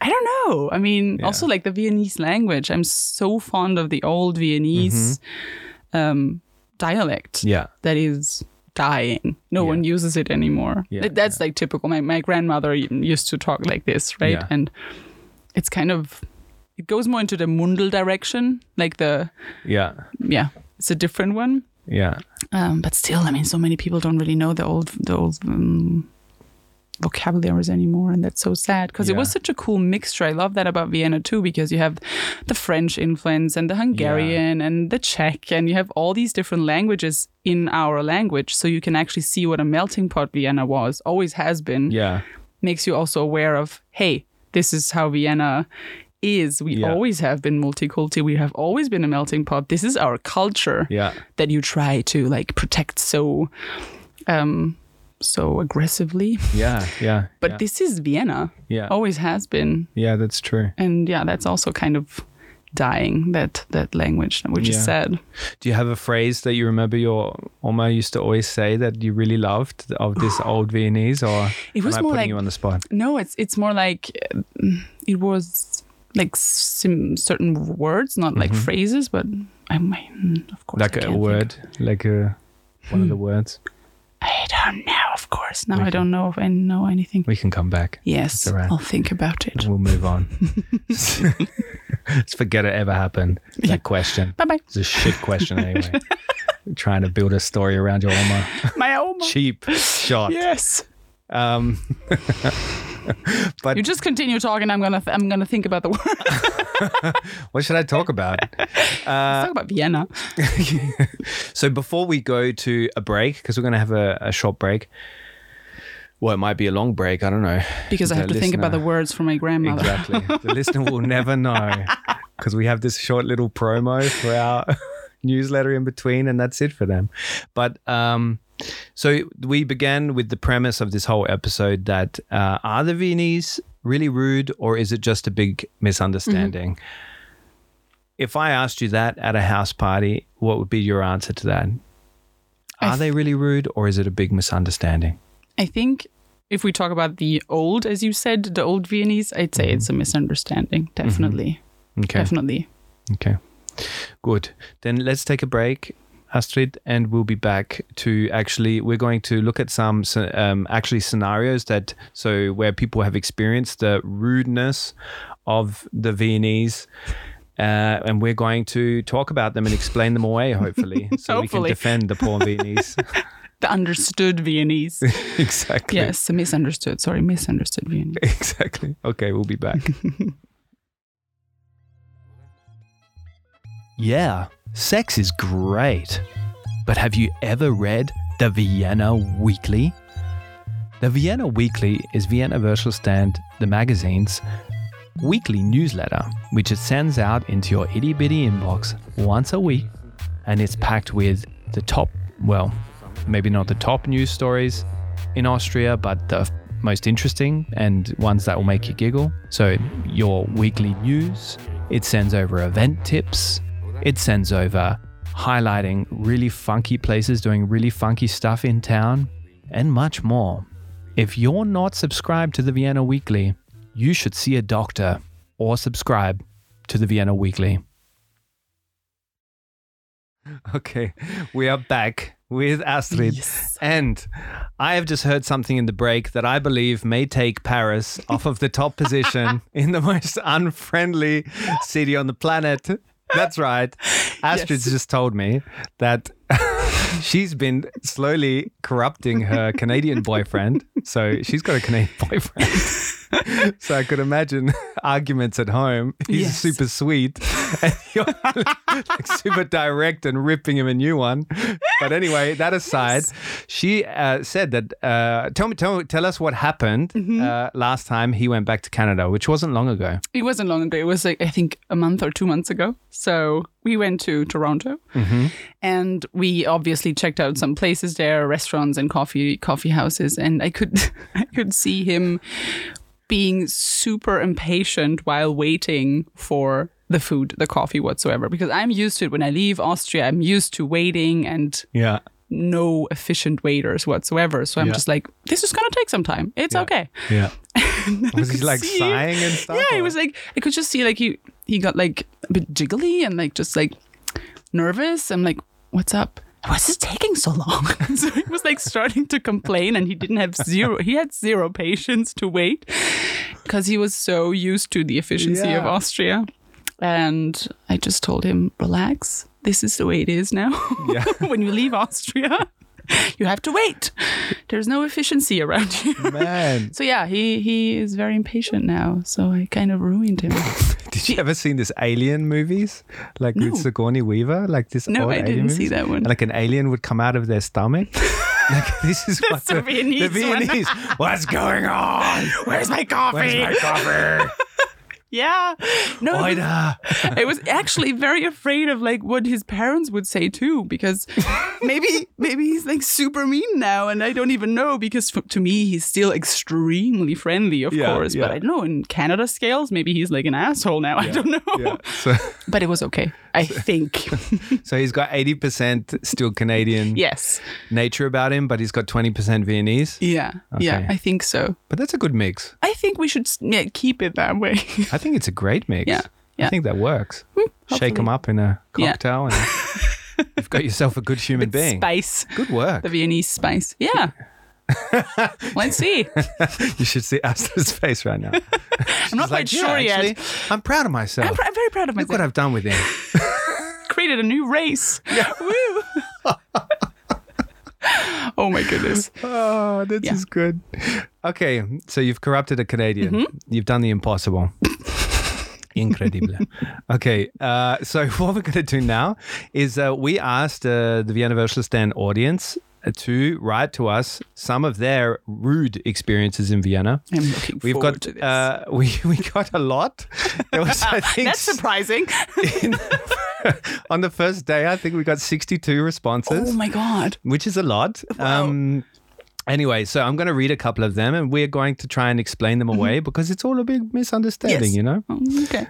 D: I don't know. I mean,
C: Yeah.
D: also like the Viennese language. I'm so fond of the old Viennese um, dialect
C: Mm-hmm. yeah,
D: that is dying. No
C: Yeah.
D: one uses it anymore.
C: Yeah,
D: Th- That's like typical. My, my grandmother used to talk like this, right?
C: Yeah.
D: And it's kind of, it goes more into the Mundel direction, like the,
C: yeah,
D: yeah, it's a different one.
C: yeah,
D: Um, but still, I mean, so many people don't really know the old, the old um, vocabularies anymore, and that's so sad because it was
C: Yeah.
D: such a cool mixture. I love that about Vienna too, because you have the French influence and the Hungarian and the Czech, and you have all these different languages in our language, so you can actually see what a melting pot Vienna was, always has been.
C: yeah,
D: Makes you also aware of, hey, this is how Vienna is. We
C: Yeah.
D: always have been multicultural. We have always been a melting pot. This is our culture
C: yeah,
D: that you try to like protect so um so aggressively
C: yeah, yeah.
D: but oh.
C: yeah.
D: this is vienna
C: yeah,
D: always has been
C: yeah, that's true.
D: and yeah that's also kind of dying that that language which
C: Yeah.
D: is sad
C: Do you have a phrase that you remember your Oma used to always say that you really loved of this old Viennese, or
D: It was
C: am I
D: more
C: putting
D: like-
C: you on the spot?
D: no it's it's more like uh, it was like some certain words not like phrases but i mean of course I
C: Mm-hmm. like
D: can't
C: a
D: think. Hmm.
C: word, like a one of the words.
D: i don't know of Of course. Now
C: We
D: I don't know if I know anything.
C: We can come back.
D: Yes,
C: all right.
D: I'll think about it.
C: We'll move on. Let's forget it ever happened. That
D: Yeah.
C: question.
D: Bye bye.
C: It's a shit question anyway. Trying to build a story around your Oma.
D: My Oma.
C: Cheap shot.
D: Yes.
C: Um, but
D: You just continue talking. I'm gonna. Th- I'm gonna think about the word. Let's
C: what should I talk about? Uh,
D: talk about Vienna.
C: So before we go to a break, because we're going to have a, a short break. Well, it might be a long break. I don't know.
D: Because I
C: the
D: have to think about the
C: listener-
D: words for my grandmother.
C: Exactly. the listener will never know because we have this short little promo for our newsletter in between, and that's it for them. But um, so we began with the premise of this whole episode that uh, are the Viennese really rude, or is it just a big misunderstanding? If I asked you that at a house party, what would be your answer to that? Are they really rude, or is it a big misunderstanding?
D: I think if we talk about the old, as you said, the old Viennese, I'd say it's a misunderstanding. Definitely.
C: Mm-hmm. Okay.
D: Definitely.
C: Okay. Good. Then let's take a break, Astrid, and we'll be back to actually, we're going to look at some s- um, actually scenarios that, so where people have experienced the rudeness of the Viennese. Uh, and we're going to talk about them and explain them away, hopefully, so we
D: Hopefully.
C: can defend the poor Viennese.
D: The understood Viennese.
C: exactly.
D: yes, the misunderstood. Sorry, misunderstood Viennese.
C: Exactly. Okay, we'll be back. yeah, sex is great. But have you ever read the Vienna Weekly? The Vienna Weekly is Vienna Stand, the magazine's weekly newsletter, which it sends out into your itty bitty inbox once a week, and it's packed with the top, well, maybe not the top news stories in Austria, but the most interesting and ones that will make you giggle. So, your weekly news, it sends over event tips, it sends over highlighting really funky places doing really funky stuff in town, and much more. If you're not subscribed to the Vienna Weekly, you should see a doctor or subscribe to the Vienna Weekly. Okay, we are back with Astrid.
D: Yes.
C: And I have just heard something in the break that I believe may take Paris off of the top position in the most unfriendly city on the planet. That's right. Astrid's just told me that she's been slowly corrupting her Canadian boyfriend. So she's got a Canadian boyfriend. so I could imagine arguments at home. He's
D: Yes.
C: super sweet and you're like super direct and ripping him a new one. But anyway, that aside, she uh, said that uh, tell me, tell, tell us what happened
D: Mm-hmm.
C: uh, last time he went back to Canada, which wasn't long ago.
D: It wasn't long ago. It was like I think a month or two months ago. So we went to Toronto,
C: Mm-hmm.
D: and we obviously checked out some places there, restaurants and coffee coffee houses. And I could I could see him being super impatient while waiting for the food, the coffee, whatsoever. Because I'm used to it when I leave Austria. I'm used to waiting and
C: Yeah.
D: no efficient waiters whatsoever. So I'm
C: Yeah.
D: just like, this is gonna take some time. It's okay.
C: Yeah.
D: And I
C: Was he
D: could
C: like
D: see-
C: sighing and stuff?
D: yeah, he
C: or-
D: was like I could just see like he he got like a bit jiggly and like just like nervous. I'm like, what's up? Why's this taking so long? so he was like starting to complain, and he didn't have zero. He had zero patience to wait because he was so used to the efficiency of
C: Yeah.
D: Austria. And I just told him, relax. This is the way it is now.
C: Yeah.
D: when you leave Austria, you have to wait. There's no efficiency around you.
C: Man,
D: So yeah, he he is very impatient now. So I kind of ruined him.
C: did you ever seen this Alien movies? Like
D: No.
C: with Sigourney Weaver, like this
D: No,
C: old
D: I
C: Alien
D: didn't see
C: movies?
D: that one.
C: Like an alien would come out of their stomach. like this is what
D: the Viennese
C: the
D: one.
C: Viennese. What's going on? Where's my coffee? Where's my
D: yeah, no,
C: coffee? Oida.
D: I was actually very afraid of like what his parents would say too, because maybe maybe he's like super mean now, and I don't even know because f- to me he's still extremely friendly, of
C: Yeah,
D: course. But
C: yeah.
D: I don't know in Canada scales, maybe he's like an asshole now. I don't know.
C: Yeah. So,
D: But it was okay, I think.
C: so he's got 80% still Canadian
D: yes,
C: nature about him, but he's got 20% Viennese.
D: yeah, yeah,
C: Okay.
D: I think so.
C: But that's a good mix.
D: I think we should s- yeah, keep it that way.
C: I think it's a great mix.
D: Yeah,
C: I
D: yeah. Hmm,
C: think that works. Shake
D: hopefully.
C: him up in a
D: Yeah.
C: cocktail and you've got yourself a good human being.
D: Spice.
C: Good work.
D: the Viennese spice. Yeah. Let's see.
C: You should see Asta's face right now.
D: I'm not quite sure yet.
C: I'm proud of myself.
D: I'm, pr- I'm very proud of
C: Look what
D: myself.
C: I've done with him.
D: Created a new race. Woo! oh my goodness.
C: Oh, this
D: Yeah.
C: is good. Okay, so you've corrupted a Canadian.
D: Mm-hmm.
C: You've done the impossible. Incredible. okay, uh, so what we're going to do now is uh, we asked uh, the Vienna Virtual Stand audience uh, to write to us some of their rude experiences in Vienna.
D: I'm looking
C: We've
D: forward
C: got
D: to this.
C: uh, we we got a lot. There was, I think,
D: That's surprising.
C: in- on the first day, I think we got sixty-two responses
D: oh my god.
C: which is a lot. Um, anyway, so I'm going to read a couple of them and we're going to try and explain them away because it's all a big misunderstanding,
D: Yes.
C: you know?
D: Oh, okay.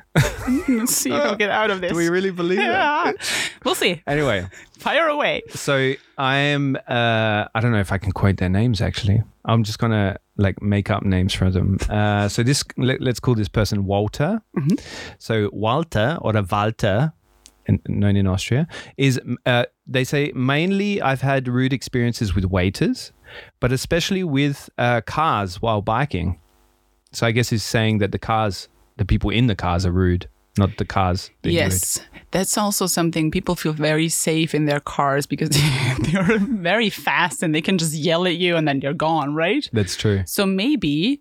D: Let's see if I'll get out of this.
C: Do we really believe it?
D: Yeah. We'll see.
C: Anyway,
D: Fire away.
C: so I am, uh, I don't know if I can quote their names actually. I'm just going to like make up names for them. Uh, so this, let, let's call this person Walter. So Walter or a Walter, in, known in Austria, is uh, they say mainly I've had rude experiences with waiters, but especially with uh, cars while biking. So I guess he's saying that the cars, the people in the cars are rude, not the cars being rude.
D: Yes. That's also something people feel very safe in their cars because they're very fast and they can just yell at you and then you're gone, right?
C: That's true.
D: So maybe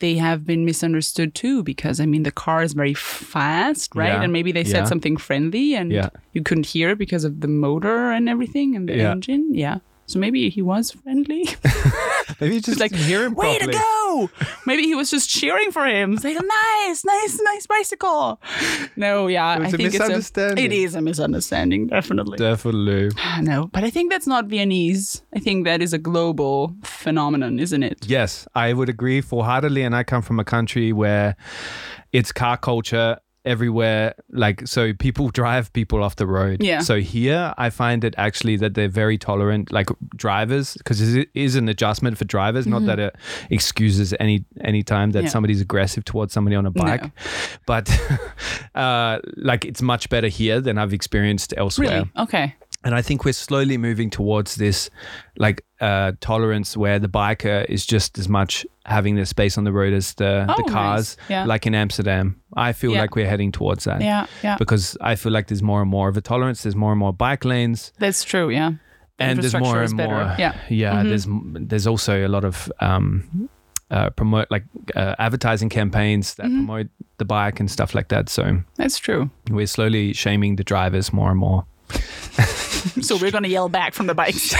D: they have been misunderstood too because I mean the car is very fast, right?
C: Yeah.
D: And maybe they said
C: Yeah.
D: something friendly and
C: Yeah.
D: you couldn't hear it because of the motor and everything and the
C: Yeah.
D: engine. Yeah. So maybe he was friendly.
C: Maybe you just
D: like,
C: like hear him
D: Way
C: properly.
D: to go! Maybe he was just cheering for him. It's like, nice, nice, nice bicycle. No, yeah,
C: was
D: I
C: a
D: think
C: misunderstanding.
D: it's a. It is a misunderstanding, definitely. Ah,
C: Definitely.
D: no, but I think that's not Viennese. I think that is a global phenomenon, isn't it?
C: Yes, I would agree wholeheartedly. And I come from a country where it's car culture everywhere. Like, so people drive people off the road.
D: Yeah.
C: So here, I find it actually that they're very tolerant, like drivers, because it is an adjustment for drivers. Not that it excuses any any time that
D: Mm-hmm. Yeah.
C: somebody's aggressive towards somebody on a bike,
D: No.
C: but uh, like it's much better here than I've experienced elsewhere
D: Really? Okay.
C: and I think we're slowly moving towards this like uh, tolerance where the biker is just as much having their space on the road as the,
D: Oh,
C: the
D: nice.
C: cars,
D: Yeah.
C: like in Amsterdam. I feel
D: Yeah.
C: like we're heading towards that
D: Yeah, yeah.
C: because I feel like there's more and more of a tolerance. There's more and more bike lanes,
D: That's true, yeah.
C: and there's
D: Infrastructure
C: more
D: is
C: and
D: better.
C: more.
D: Yeah. Mm-hmm.
C: there's m there's there's also a lot of um, uh, promote like uh, advertising campaigns that
D: Mm-hmm.
C: promote the bike and stuff like that. So
D: That's true.
C: we're slowly shaming the drivers more and more.
D: So we're gonna yell back from the bikes.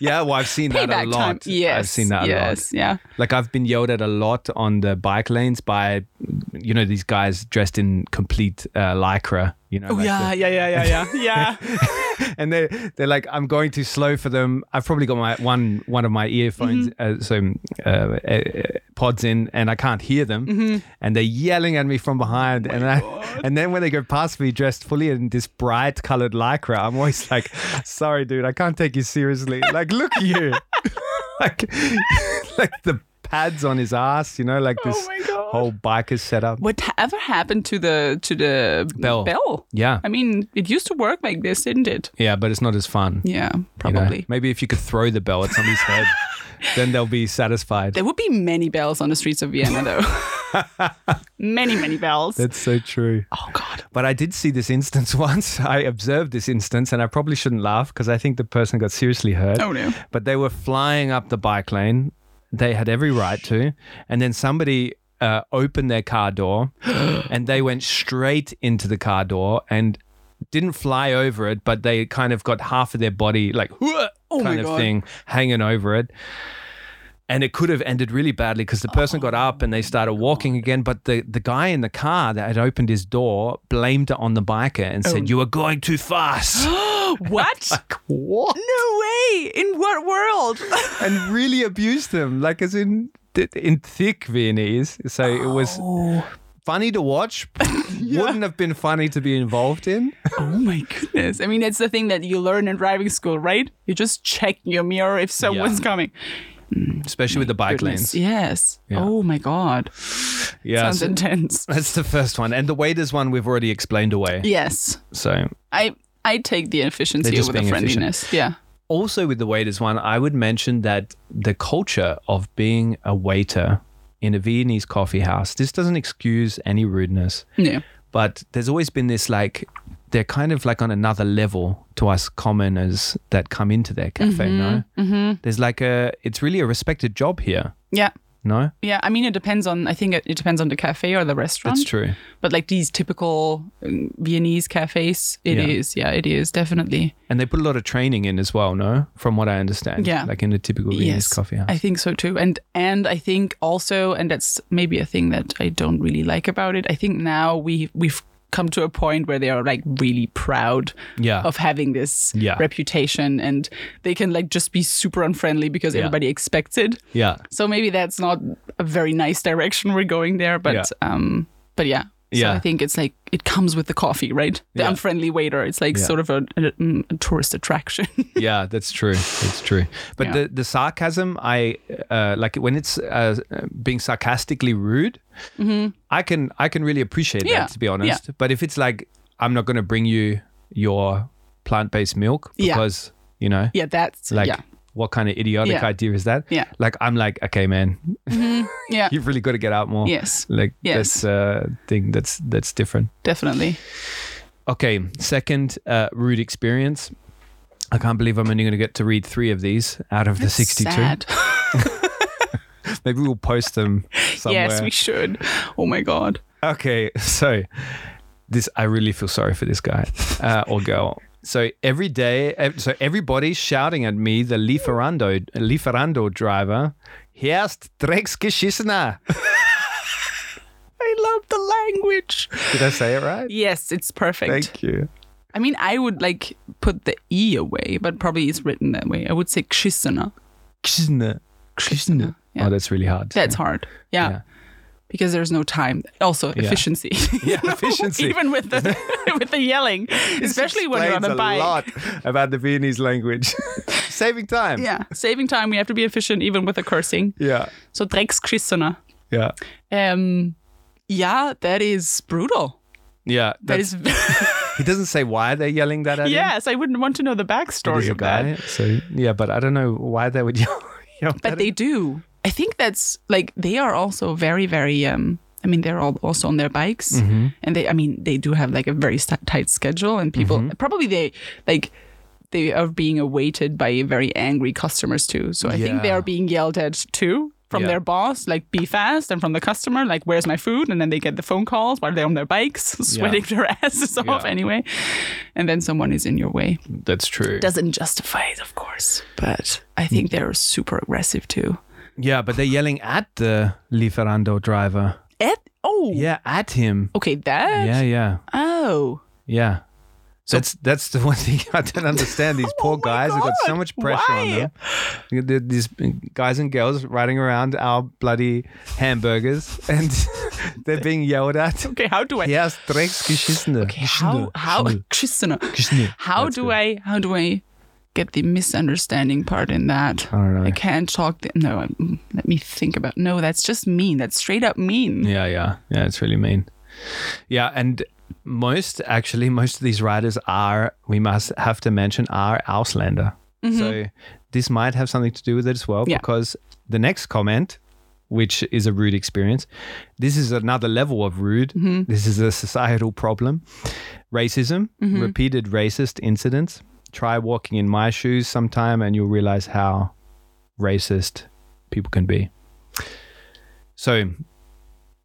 C: Yeah, well, I've seen that a
D: Payback
C: lot.
D: time. Yes.
C: I've seen that a lot.
D: yes, yeah.
C: Like I've been yelled at a lot on the bike lanes by, you know, these guys dressed in complete uh, lycra. You know,
D: Oh
C: like
D: yeah, yeah, yeah, yeah, yeah. Yeah.
C: the- and they they're like, I'm going too slow for them. I've probably got my one one of my earphones,
D: Mm-hmm.
C: uh, so uh, uh, pods in, and I can't hear them,
D: Mm-hmm.
C: and they're yelling at me from
D: Oh
C: behind, and I, and then when they go past me dressed fully in this bright colored lycra, I'm always like, sorry, dude, I can't take you seriously. Like, look at you, like like the pads on his ass, you know, like this
D: Oh my God.
C: whole biker setup.
D: Whatever happened to the to the
C: Bell.
D: bell?
C: Yeah,
D: I mean, it used to work like this, didn't it?
C: yeah, but it's not as fun.
D: Yeah,
C: you know.
D: probably.
C: Maybe if you could throw the bell at somebody's head, then they'll be satisfied.
D: There would be many bells on the streets of Vienna, though. many, many bells.
C: That's so true.
D: oh God!
C: But I did see this instance once. I observed this instance, and I probably shouldn't laugh because I think the person got seriously hurt.
D: Oh no!
C: But they were flying up the bike lane. They had every right to. And then somebody uh, opened their car door and they went straight into the car door and didn't fly over it, but they kind of got half of their body, like, "Hua!"
D: Oh my
C: kind of
D: God.
C: thing, hanging over it. And it could have ended really badly because the person got up and they started walking again. But the, the guy in the car that had opened his door blamed it on the biker and
D: Oh.
C: said, You were going too fast.
D: what?
C: what?
D: No way! In what world?
C: and really abused him, like as in in thick Viennese. So it was funny to watch. Wouldn't have been funny to be involved in.
D: oh my goodness! I mean, that's the thing that you learn in driving school, right? You just check your mirror if someone's coming.
C: Especially with the bike lanes.
D: Yes.
C: Yeah.
D: Oh my God!
C: Yeah.
D: Sounds
C: so
D: intense.
C: that's the first one. And the waiters one we've already explained away.
D: Yes.
C: So
D: I I take the efficiency
C: They're just
D: over the
C: being efficient.
D: friendliness. Yeah.
C: also with the waiters one, I would mention that the culture of being a waiter in a Viennese coffee house, this doesn't excuse any rudeness,
D: Yeah.
C: but there's always been this like they're kind of like on another level to us commoners that come into their cafe, no? Mm-hmm. There's like a it's really a respected job here,
D: Yeah.
C: no?
D: Yeah, I mean, it depends on. I think it, it depends on the cafe or the restaurant.
C: That's true.
D: But like these typical um, Viennese cafes, it
C: Yeah.
D: is. yeah. it is definitely.
C: And they put a lot of training in as well, no? From what I understand.
D: Yeah.
C: Like in a typical Viennese coffee house.
D: I think so too. And and I think also, and that's maybe a thing that I don't really like about it. I think now we we've come to a point where they are like really proud
C: yeah.
D: of having this
C: Yeah.
D: reputation, and they can like just be super unfriendly because
C: Yeah.
D: everybody expects it.
C: yeah.
D: So maybe that's not a very nice direction we're going there, but
C: Yeah.
D: um, but yeah.
C: Yeah.
D: So I think it's like it comes with the coffee, right? The
C: Yeah.
D: unfriendly waiter. It's like
C: Yeah.
D: sort of a, a, mm, a tourist attraction.
C: yeah, that's true. That's true. But
D: Yeah.
C: the, the sarcasm, I uh, like when it's uh, being sarcastically rude. I can I can really appreciate
D: Mm-hmm. Yeah,
C: that to be honest. But if it's like I'm not going to bring you your plant based milk
D: Yeah.
C: because you know,
D: yeah, that's
C: like
D: yeah,
C: what kind of idiotic
D: Yeah.
C: idea is that?
D: Yeah. Mm-hmm.
C: Like I'm like, okay, man,
D: yeah,
C: you've really got to get out more.
D: yes,
C: Like
D: Yes.
C: that's uh, thing that's that's different.
D: definitely.
C: Okay, second uh, rude experience. I can't believe I'm only going to get to read three of these out of the 62.
D: Sad.
C: Maybe we'll post them somewhere.
D: yes, we should. Oh my god.
C: okay, so this I really feel sorry for this guy uh, or girl. So every day, ev- so everybody's shouting at me, the Lieferando, Lieferando driver. Herst Drecksgeschissener.
D: I love the language.
C: Did I say it right?
D: Yes, it's perfect.
C: Thank you.
D: I mean, I would like put the e away, but probably it's written that way. I would say kshissena.
C: Geschissener. Geschissener.
D: Yeah.
C: Oh, that's really hard.
D: That's hard. Yeah.
C: Yeah.
D: Because there's no time. Also efficiency.
C: Yeah, efficiency.
D: Even with the with the yelling, especially when you're on
C: Explains
D: a bike.
C: lot about the Viennese language. Saving time.
D: Yeah, saving time. We have to be efficient even with the cursing.
C: Yeah.
D: So Dreckskristner.
C: Yeah.
D: Um, yeah, that is brutal.
C: Yeah.
D: That
C: That's,
D: is.
C: he doesn't say why they're yelling that at him.
D: yes, I wouldn't want to know the
C: It is
D: backstory
C: a
D: of that.
C: guy. So yeah, but I don't know why they would yell. yell
D: But
C: at
D: they
C: him.
D: do. I think that's like they are also very very. um I mean, they're all also on their bikes,
C: Mm-hmm.
D: and they. I mean, they do have like a very st- tight schedule, and people
C: Mm-hmm.
D: probably they like they are being awaited by very angry customers too. So I think they
C: Yeah.
D: are being yelled at too from
C: Yeah.
D: their boss, like be fast, and from the customer, like where's my food? And then they get the phone calls while they're on their bikes, sweating their asses off
C: Yeah.
D: anyway, and then someone is in your way.
C: That's true.
D: Doesn't justify it, of course, but I think they're super aggressive too.
C: yeah, but they're yelling at the Lieferando driver.
D: Ed? Oh,
C: Yeah, at him.
D: Okay, that.
C: Yeah, yeah,
D: Oh,
C: yeah. that's that's the one thing I don't understand. These poor
D: Oh my
C: guys have got so
D: God,
C: much pressure
D: why?
C: on them. They're These guys and girls riding around our bloody hamburgers, and they're being yelled at.
D: okay. How do I?
C: Yes, Drecksgeschissene.
D: Okay, how how Kristen, how
C: That's
D: do
C: good.
D: I how do I get the misunderstanding part in that?
C: I don't know.
D: I can't talk. The, no, i mm, let me think about. No, that's just mean. That's straight up mean.
C: Yeah, yeah, yeah. It's really mean. Yeah, and most actually, most of these riders are we must have to mention are Auslander. So this might have something to do with it as well
D: Mm-hmm. Yeah.
C: because the next comment. Which is a rude experience. This is another level of rude.
D: Mm-hmm.
C: This is a societal problem. Racism,
D: Mm-hmm.
C: repeated racist incidents. Try walking in my shoes sometime and you'll realize how racist people can be. So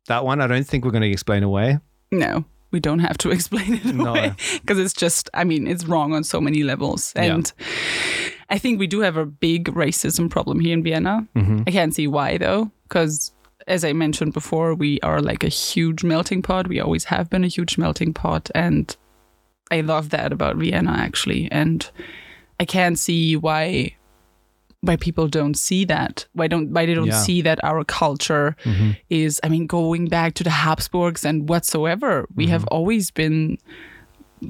C: that one I don't think we're going to explain away.
D: No, we don't have to explain it
C: No.
D: away because it's just. I mean, it's wrong on so many levels,
C: Yeah.
D: and I think we do have a big racism problem here in Vienna.
C: Mm-hmm.
D: I can't see why though, because as I mentioned before, we are like a huge melting pot. We always have been a huge melting pot, and I love that about Vienna actually. And I can't see why why people don't see that. Why don't why they don't
C: Yeah. Mm-hmm.
D: see that our culture is I mean, going back to the Habsburgs and whatsoever, we have
C: Mm-hmm.
D: always been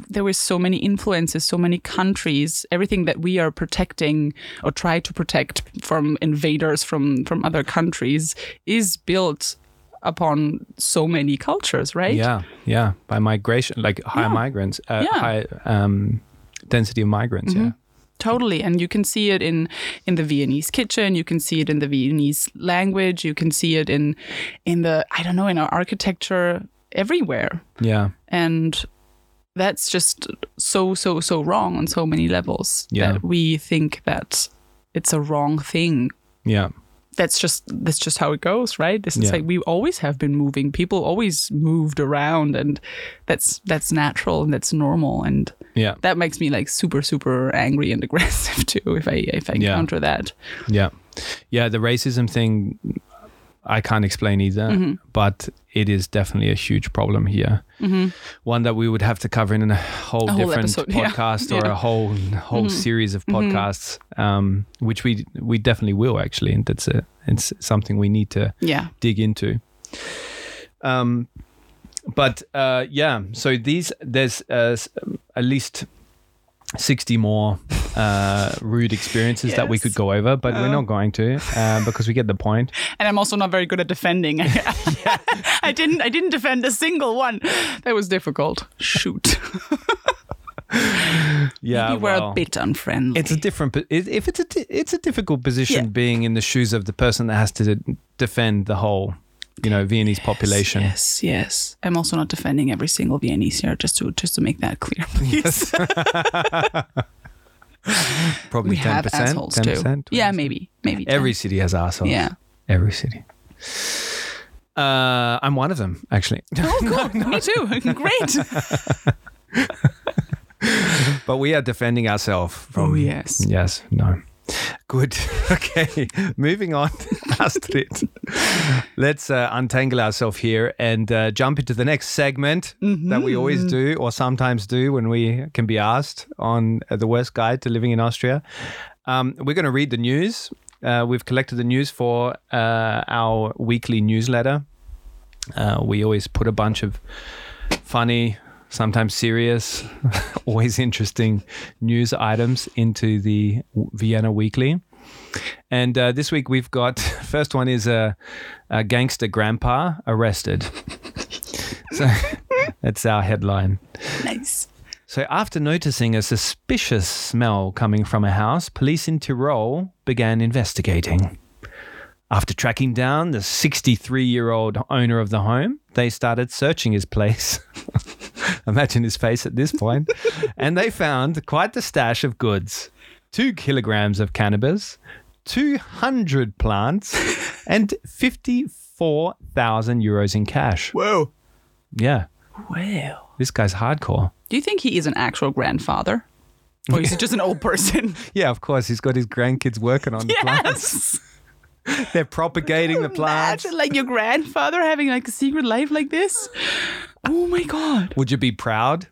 D: there were so many influences, so many countries, everything that we are protecting or try to protect from invaders from from other countries is built upon so many cultures, right?
C: Yeah, yeah. By migration, like high migrants, uh,
D: Yeah. Mm-hmm.
C: high um, density of migrants. Yeah,
D: Totally, and you can see it in in the Viennese kitchen. You can see it in the Viennese language. You can see it in in the I don't know in our architecture everywhere,
C: Yeah.
D: and that's just so so so wrong on so many levels
C: Yeah.
D: that we think that it's a wrong thing
C: Yeah.
D: that's just that's just how it goes, right? This is
C: Yeah.
D: like we always have been moving. People always moved around, and that's that's natural and that's normal, and
C: Yeah.
D: that makes me like super super angry and aggressive too if I if
C: Yeah.
D: I encounter that.
C: Yeah. Yeah. The racism thing, I can't explain either,
D: Mm-hmm.
C: but it is definitely a huge problem here. One that we would have to cover in a whole,
D: Mm-hmm. whole
C: different
D: episode, yeah.
C: podcast or
D: Yeah. Mm-hmm.
C: a whole whole series of podcasts, um, which we we definitely will actually, and that's a, it's something we need to
D: Yeah,
C: dig into. Um, but uh, yeah, so these there's uh, s- um, at least sixty more uh, rude experiences that we
D: Yes.
C: could go over, but we're
D: Oh.
C: not going to uh, because we get the point.
D: and I'm also not very good at defending. I didn't I didn't defend a single one. That was difficult. Shoot,
C: Yeah,
D: you were
C: well,
D: a bit unfriendly.
C: It's a different. po- it- If it's a di- it's a difficult position
D: Yeah.
C: being in the shoes of the person that has to d- defend the whole, you know, Viennese population.
D: Yes, yes. I'm also not defending every single Viennese here, just to just to make that clear, please.
C: Probably
D: we
C: ten
D: have
C: percent.
D: assholes too. Yeah, maybe, maybe. 10.
C: Every city has assholes.
D: Yeah.
C: Every city. Uh, I'm one of them, actually.
D: Oh, cool. Me too. Great.
C: but we are defending ourselves from.
D: Oh, yes.
C: Yes. No. Good. Okay. Moving on, Astrid. Let's uh, untangle ourselves here and uh, jump into the next segment that we always do, or sometimes do, when we can be asked on uh, the worst guide to living in Austria. Um, we're going to read the news. Uh, we've collected the news for uh, our weekly newsletter. Uh, we always put a bunch of funny, sometimes serious, always interesting news items into the Vienna Weekly. And uh, this week we've got first one is a, a gangster grandpa arrested. so that's our headline.
D: nice.
C: So, after noticing a suspicious smell coming from a house, police in Tyrol began investigating. After tracking down the 63 year old owner of the home, they started searching his place. Imagine his face at this point. and they found quite the stash of goods two kilograms of cannabis, 200 plants, and 54,000 euros in cash.
D: Whoa.
C: Yeah,
D: Wow.
C: this guy's hardcore.
D: Do you think he is an actual grandfather? Or is he just an old person?
C: Yeah, of course. He's got his grandkids working on the plants. They're propagating the plants.
D: Imagine like your grandfather having like a secret life like this. Oh my god.
C: Would you be proud?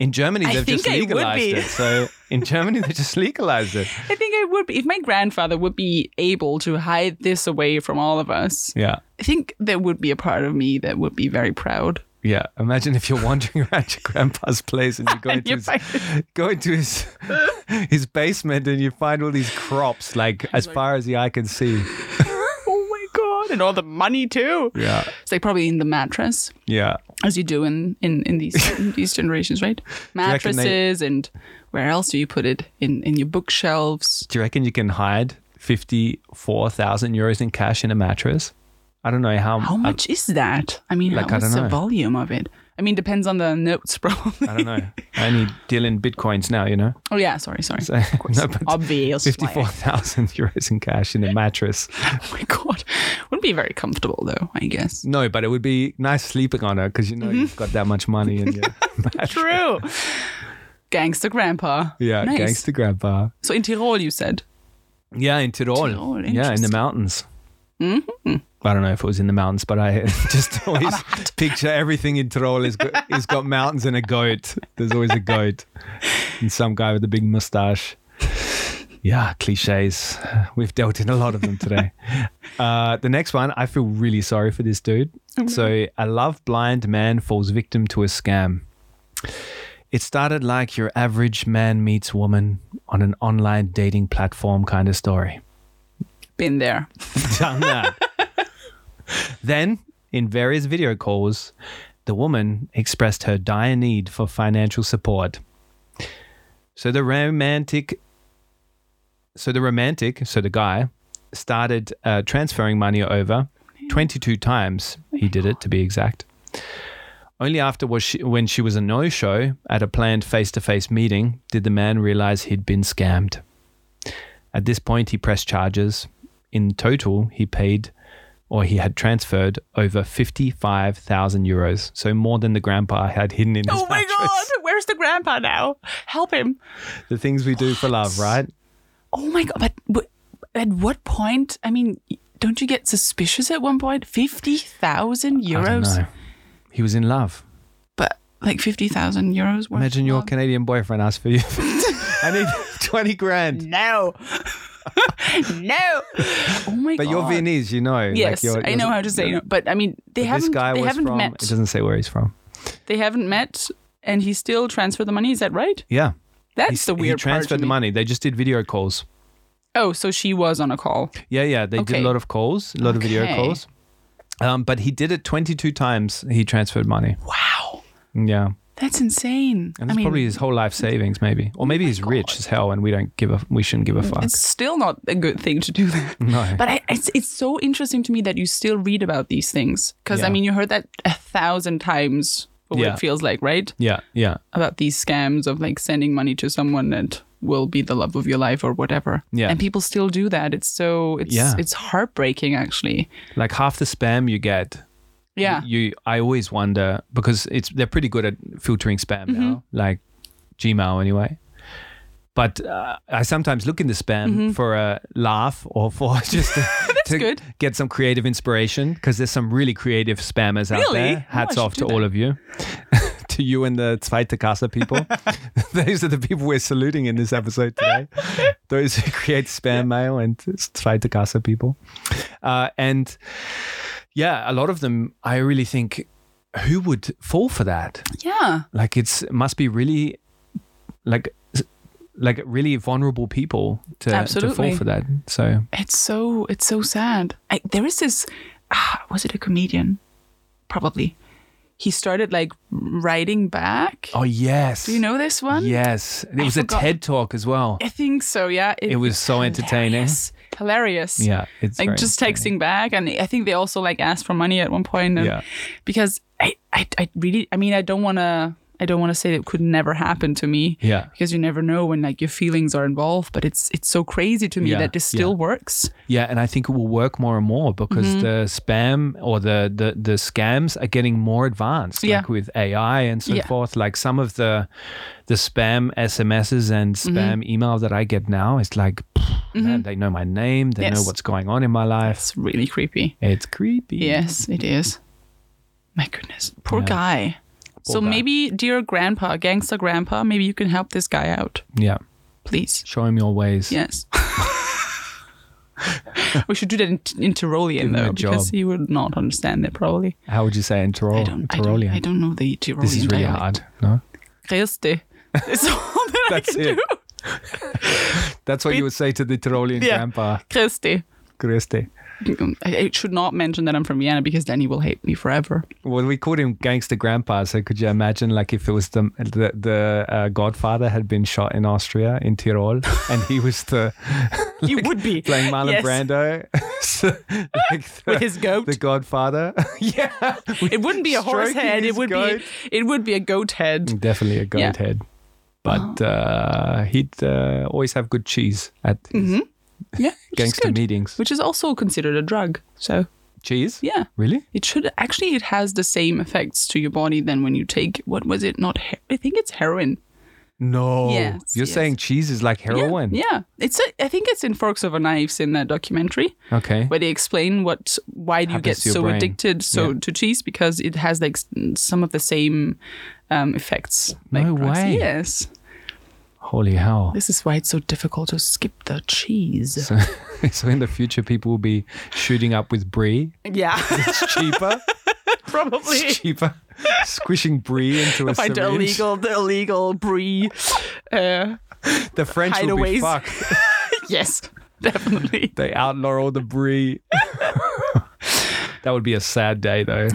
C: In Germany,
D: I
C: they've
D: think
C: just
D: I would
C: legalized
D: be.
C: it. So in Germany, they just legalized it.
D: I think I would be if my grandfather would be able to hide this away from all of us.
C: Yeah.
D: I think there would be a part of me that would be very proud.
C: Yeah. Imagine if you're wandering around your grandpa's place and you go
D: And
C: into
D: you
C: his,
D: find-
C: go into his, his basement and you find all these crops, like as far as the eye can see.
D: Oh my god. And all the money too.
C: Yeah.
D: It's like probably in the mattress.
C: Yeah.
D: as you do in in, in these in these generations, right?
C: reckon they-
D: Mattresses and where else do you put it in in your bookshelves?
C: Do you reckon you can hide 54,000 euros in cash in a mattress? I don't know how.
D: How much is that? I mean,
C: Like, I
D: how what's
C: don't
D: the
C: know.
D: volume of it? I mean, depends on the notes, probably.
C: I don't know. I only deal in bitcoins now, you know?
D: Oh yeah, sorry, sorry.
C: So, no, but
D: Obvious. why.
C: 54,000 euros in cash in a mattress.
D: Oh my god, wouldn't be very comfortable though. I guess.
C: No, but it would be nice sleeping on her because you know you've got that much money in your mattress.
D: True. Gangster grandpa.
C: Yeah,
D: nice.
C: gangster grandpa.
D: So in Tirol, you said.
C: Yeah, in Tirol.
D: Tirol,
C: yeah, in the
D: interesting. Mm-hmm.
C: mountains. I don't know if it was in the mountains, but I just always picture everything in Tirol is got, is got mountains and a goat. There's always a goat and some guy with a big mustache. Yeah, cliches. We've dealt in a lot of them today. Uh, the next one, I feel really sorry for this dude.
D: Oh,
C: So, a love blind man falls victim to a scam. It started like your average man meets woman on an online dating platform kind of story
D: Been there.
C: done that. then, in various video calls, the woman expressed her dire need for financial support. So the romantic so the romantic, so the guy, started uh, transferring money over 22 times. He did it, to be exact. Only after was she, when she was a no show at a planned face to face meeting did the man realize he'd been scammed. At this point, he pressed charges. In total, he paid or he had transferred over 55,000 euros, so more than the grandpa had hidden in his
D: Oh my
C: mattress.
D: god, where's the grandpa now? Help him.
C: The things we do for love, right?
D: Oh my god, but, but at what point? I mean, don't you get suspicious at one point? 50,000
C: I don't
D: euros?
C: know. He was in love.
D: But like 50,000 euros worth?
C: Imagine
D: of
C: your
D: love?
C: Canadian boyfriend asked for you. I need 20 grand.
D: No. no. Oh my god.
C: But you're Viennese, you know. like
D: Yes,
C: you're-
D: I
C: you're-
D: know how to say no. But I mean, they
C: This
D: haven't,
C: guy
D: they
C: was
D: haven't
C: from,
D: met.
C: it doesn't say where he's from.
D: They haven't met, and he still transferred the money. Is that right?
C: Yeah.
D: That's
C: He-
D: the weird
C: He transferred
D: part. to
C: the
D: me.
C: money. They just did video calls.
D: Oh, so she was on a call.
C: Yeah, yeah. They did
D: Okay.
C: a lot of calls, a lot of video
D: Okay.
C: calls. Um, but he did it 22 times. He transferred money.
D: Wow.
C: Yeah.
D: That's insane.
C: And
D: I
C: it's
D: mean, Oh
C: probably his whole life savings, maybe. Or maybe he's rich as hell and we don't give a, we shouldn't give a fuck. Mm-hmm.
D: it's still not a good thing to do that.
C: No.
D: But I, it's it's so interesting to me that you still read about these things because I
C: Yeah.
D: mean you heard that a thousand times for what
C: Yeah.
D: it feels like, right?
C: Yeah, yeah,
D: About these scams of like sending money to someone that will be the love of your life or whatever.
C: Yeah.
D: And people still do that. It's so it's
C: Yeah.
D: it's heartbreaking actually.
C: like half the spam you get
D: Yeah.
C: you I always wonder because it's they're pretty good at filtering spam now, like Gmail anyway. But uh, I sometimes look in the spam for a laugh or for just to, to
D: Mm-hmm. good.
C: get some creative inspiration because there's some really creative spammers out
D: Really?
C: there.
D: Oh, I
C: Hats
D: should
C: off to
D: do
C: all
D: that.
C: of you, to you and the Zweite Kasse people. Those are the people we're saluting in this episode today. Those who create spam mail and Zweite Kasse people. Uh, and yeah, a lot of them, I really think, who would fall for that?
D: Yeah.
C: Like, it's it must be really, like, s- like really vulnerable people to, to fall
D: Absolutely.
C: for that. So
D: It's so it's so sad. I, there is this. Ah, was it a comedian? Probably. He started like writing back.
C: oh yes,
D: Do you know this one?
C: yes, it
D: I
C: was a
D: forgot.
C: TED talk as well.
D: I think so. Yeah.
C: It was so entertaining.
D: hilarious. Hilarious.
C: Yeah, it's
D: Like
C: very
D: just
C: entertaining.
D: texting back, and I think they also like asked for money at one point. and-
C: Yeah.
D: Because I, I, I really, I mean, I don't wanna, I don't wanna say that it could never happen to me.
C: Yeah.
D: Because you never know when like your feelings are involved, but it's it's so crazy to me
C: Yeah,
D: that this
C: yeah.
D: still works.
C: Yeah, and I think it will work more and more because
D: Mm-hmm.
C: the spam or the, the the scams are getting more advanced,
D: Yeah.
C: like with AI and so
D: Yeah.
C: forth. Like some of the the spam SMSs and
D: Mm-hmm.
C: spam email that I get now, it's like pff, man, they know my name, they know
D: Yes.
C: what's going on in my life.
D: It's really creepy.
C: It's creepy.
D: Yes, it is. My goodness. Poor
C: Yeah.
D: guy. so
C: guy.
D: maybe, dear grandpa, gangster grandpa, maybe you can help this guy out,
C: Yeah.
D: please.
C: Show him your ways.
D: Yes. we should do that in, in Tyrolean,
C: Give him
D: though,
C: a
D: because
C: job.
D: he would not understand it, probably.
C: How would you say in Tyrol?
D: I, don't, I, don't,
C: Tyrolean?
D: I don't know the Tyrolean
C: This is really
D: dialect.
C: hard. No.
D: Christi. It's all that I
C: That's
D: can
C: it.
D: do.
C: That's what you would say to the Tyrolean
D: Yeah.
C: grandpa.
D: Christi.
C: Christi.
D: I, I should not mention that I'm from Vienna because then he will hate me forever.
C: Well, we called him Gangster Grandpa. So could you imagine, like, if it was the the, the uh, Godfather had been shot in Austria in Tyrol, and he was the
D: you would be.
C: playing Marlon
D: Yes,
C: Brando, so, like the,
D: With his goat.
C: the Godfather. yeah,
D: It wouldn't be a horse
C: Stroking
D: head.
C: his
D: It would
C: goat. Mm.
D: be it would be a goat head.
C: definitely a goat
D: Yeah. Oh.
C: head. But uh, he'd uh, always have good cheese at his
D: Yeah, Mm-hmm. which is
C: gangster
D: good.
C: meetings.
D: which is also considered a drug. So
C: Cheese?
D: yeah,
C: Really?
D: it should actually it has the same effects to your body than when you take what was it? Not he- I think it's heroin.
C: No.
D: Yes,
C: You're
D: yes.
C: saying cheese is like
D: Yeah,
C: heroin?
D: Yeah, it's a, I think it's in Forks Over Knives in that documentary
C: Okay.
D: where they explain what why do you
C: Happens
D: get
C: to your
D: so
C: brain.
D: addicted so to cheese because it has like s- some of the same um, effects. Like
C: No
D: drugs.
C: way.
D: Yes,
C: Holy hell.
D: this is why it's so difficult to skip the cheese.
C: So, so in the future, people will be shooting up with brie.
D: Yeah,
C: It's cheaper.
D: probably.
C: it's cheaper. Squishing brie into a
D: Find the
C: syringe.
D: illegal, the illegal brie. Uh,
C: The French will be
D: hideaways.
C: fucked.
D: yes, definitely.
C: They outlaw all the brie. that would be a sad day, though.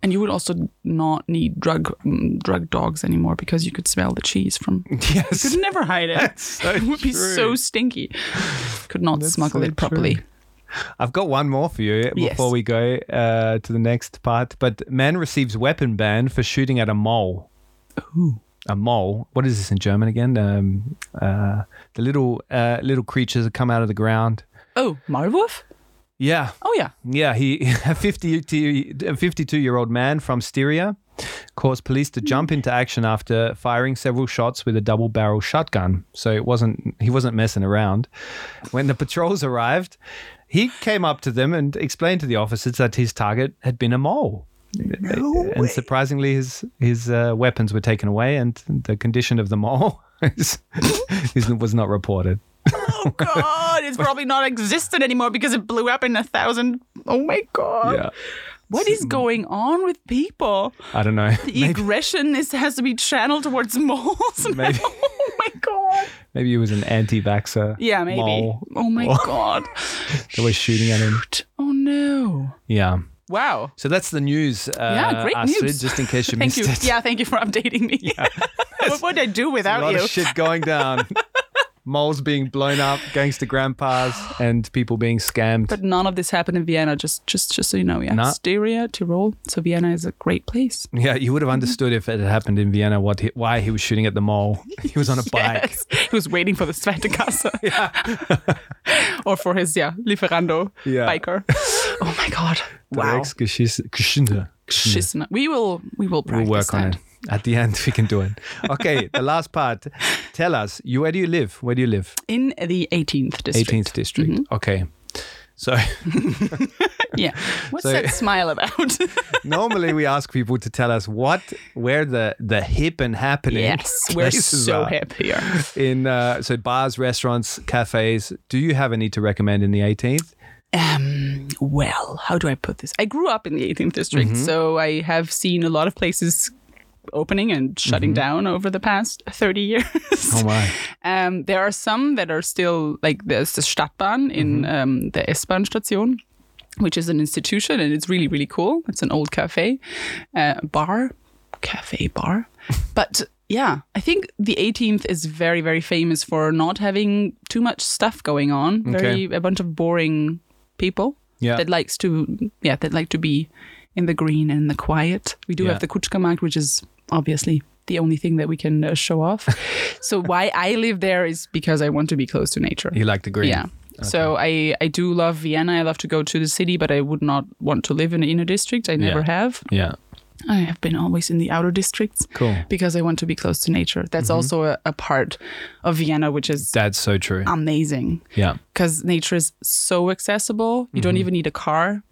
D: And you would also not need drug um, drug dogs anymore because you could smell the cheese from. You
C: Yes.
D: could never hide it.
C: so
D: it would be so
C: true.
D: stinky. Could not
C: That's
D: smuggle
C: so
D: it properly.
C: true. I've got one more for you
D: Yes.
C: before we go uh, to the next part. But man receives weapon ban for shooting at a mole.
D: Ooh.
C: A mole. What is this in German again? Um, uh, the little uh, little creatures that come out of the ground.
D: Oh, Marwolf?
C: Yeah,
D: Oh yeah.
C: yeah. He a 50 a 52 year old man from Styria caused police to jump into action after firing several shots with a double barrel shotgun. So it wasn't he wasn't messing around. When the patrols arrived, he came up to them and explained to the officers that his target had been a mole. and surprisingly, his his uh, weapons were taken away, and the condition of the mole is, is, was not reported.
D: Oh god, it's probably not existent anymore because it blew up in a thousand. Oh my god. What is going on with people?
C: I don't know.
D: The aggression is has to be channeled towards moles. now.
C: Maybe.
D: Oh my god.
C: Maybe he was an anti-vaxxer.
D: Yeah, maybe.
C: mole
D: Oh my god.
C: that was shooting at him.
D: Oh no.
C: Yeah.
D: Wow.
C: So that's the news. Uh,
D: Yeah, great
C: Astrid,
D: news.
C: Just in case you
D: Thank
C: missed
D: you.
C: it.
D: Yeah, thank you for updating me. what would I do
C: A
D: without
C: lot
D: you?
C: of shit going down. Moles being blown up, gangster grandpas, and people being scammed.
D: But none of this happened in Vienna. Just, just, just so you know, yeah.
C: Nah.
D: Styria, Tyrol. So Vienna is a great place.
C: yeah, you would have
D: Mhm.
C: understood if it had happened in Vienna. What? He, why he was shooting at the mole? He was on a bike.
D: Yes. He was waiting for the Svetakasse. or for his, yeah, Lieferando
C: Yeah.
D: biker. Oh my God. Wow.
C: Wow.
D: Schism. We will, we will
C: We'll
D: practice
C: work on
D: that.
C: it. At the end, we can do it. Okay, the last part. Tell us, you, where do you live? Where do you live?
D: In the 18th district.
C: 18th district.
D: Mm-hmm.
C: Okay. So
D: Yeah. What's
C: So-
D: that smile about?
C: normally we ask people to tell us what, where the the hip and happening.
D: yes. We're
C: places
D: so
C: are
D: hip here.
C: In uh, so bars, restaurants, cafes. Do you have any to recommend in the 18th?
D: Um, well, how do I put this? I grew up in the 18th district, so I have seen a lot of places opening and shutting down over the past 30 years.
C: Oh my.
D: Um, there are some that are still like there's the Stadtbahn in
C: Mm-hmm.
D: um, the S-Bahn Station, which is an institution and it's really really cool. It's an old cafe, uh, bar, cafe bar, but. Yeah, I think the 18th is very, very famous for not having too much stuff going on. Very a bunch of boring people
C: Yeah.
D: that likes to yeah that like to be in the green and the quiet. We do
C: Yeah.
D: have the Kutschka Markt, which is obviously the only thing that we can uh, show off. so why I live there is because I want to be close to nature.
C: You like the green.
D: Yeah. So I I do love Vienna. I love to go to the city, but I would not want to live in an inner district. I never have.
C: Yeah.
D: I have been always in the outer districts
C: Cool. Mm-hmm.
D: because I want to be close to nature. That's also a, a part of Vienna which is
C: That's so true.
D: Um, amazing
C: yeah.
D: because nature is so accessible. You don't
C: Mm-hmm.
D: even need a car.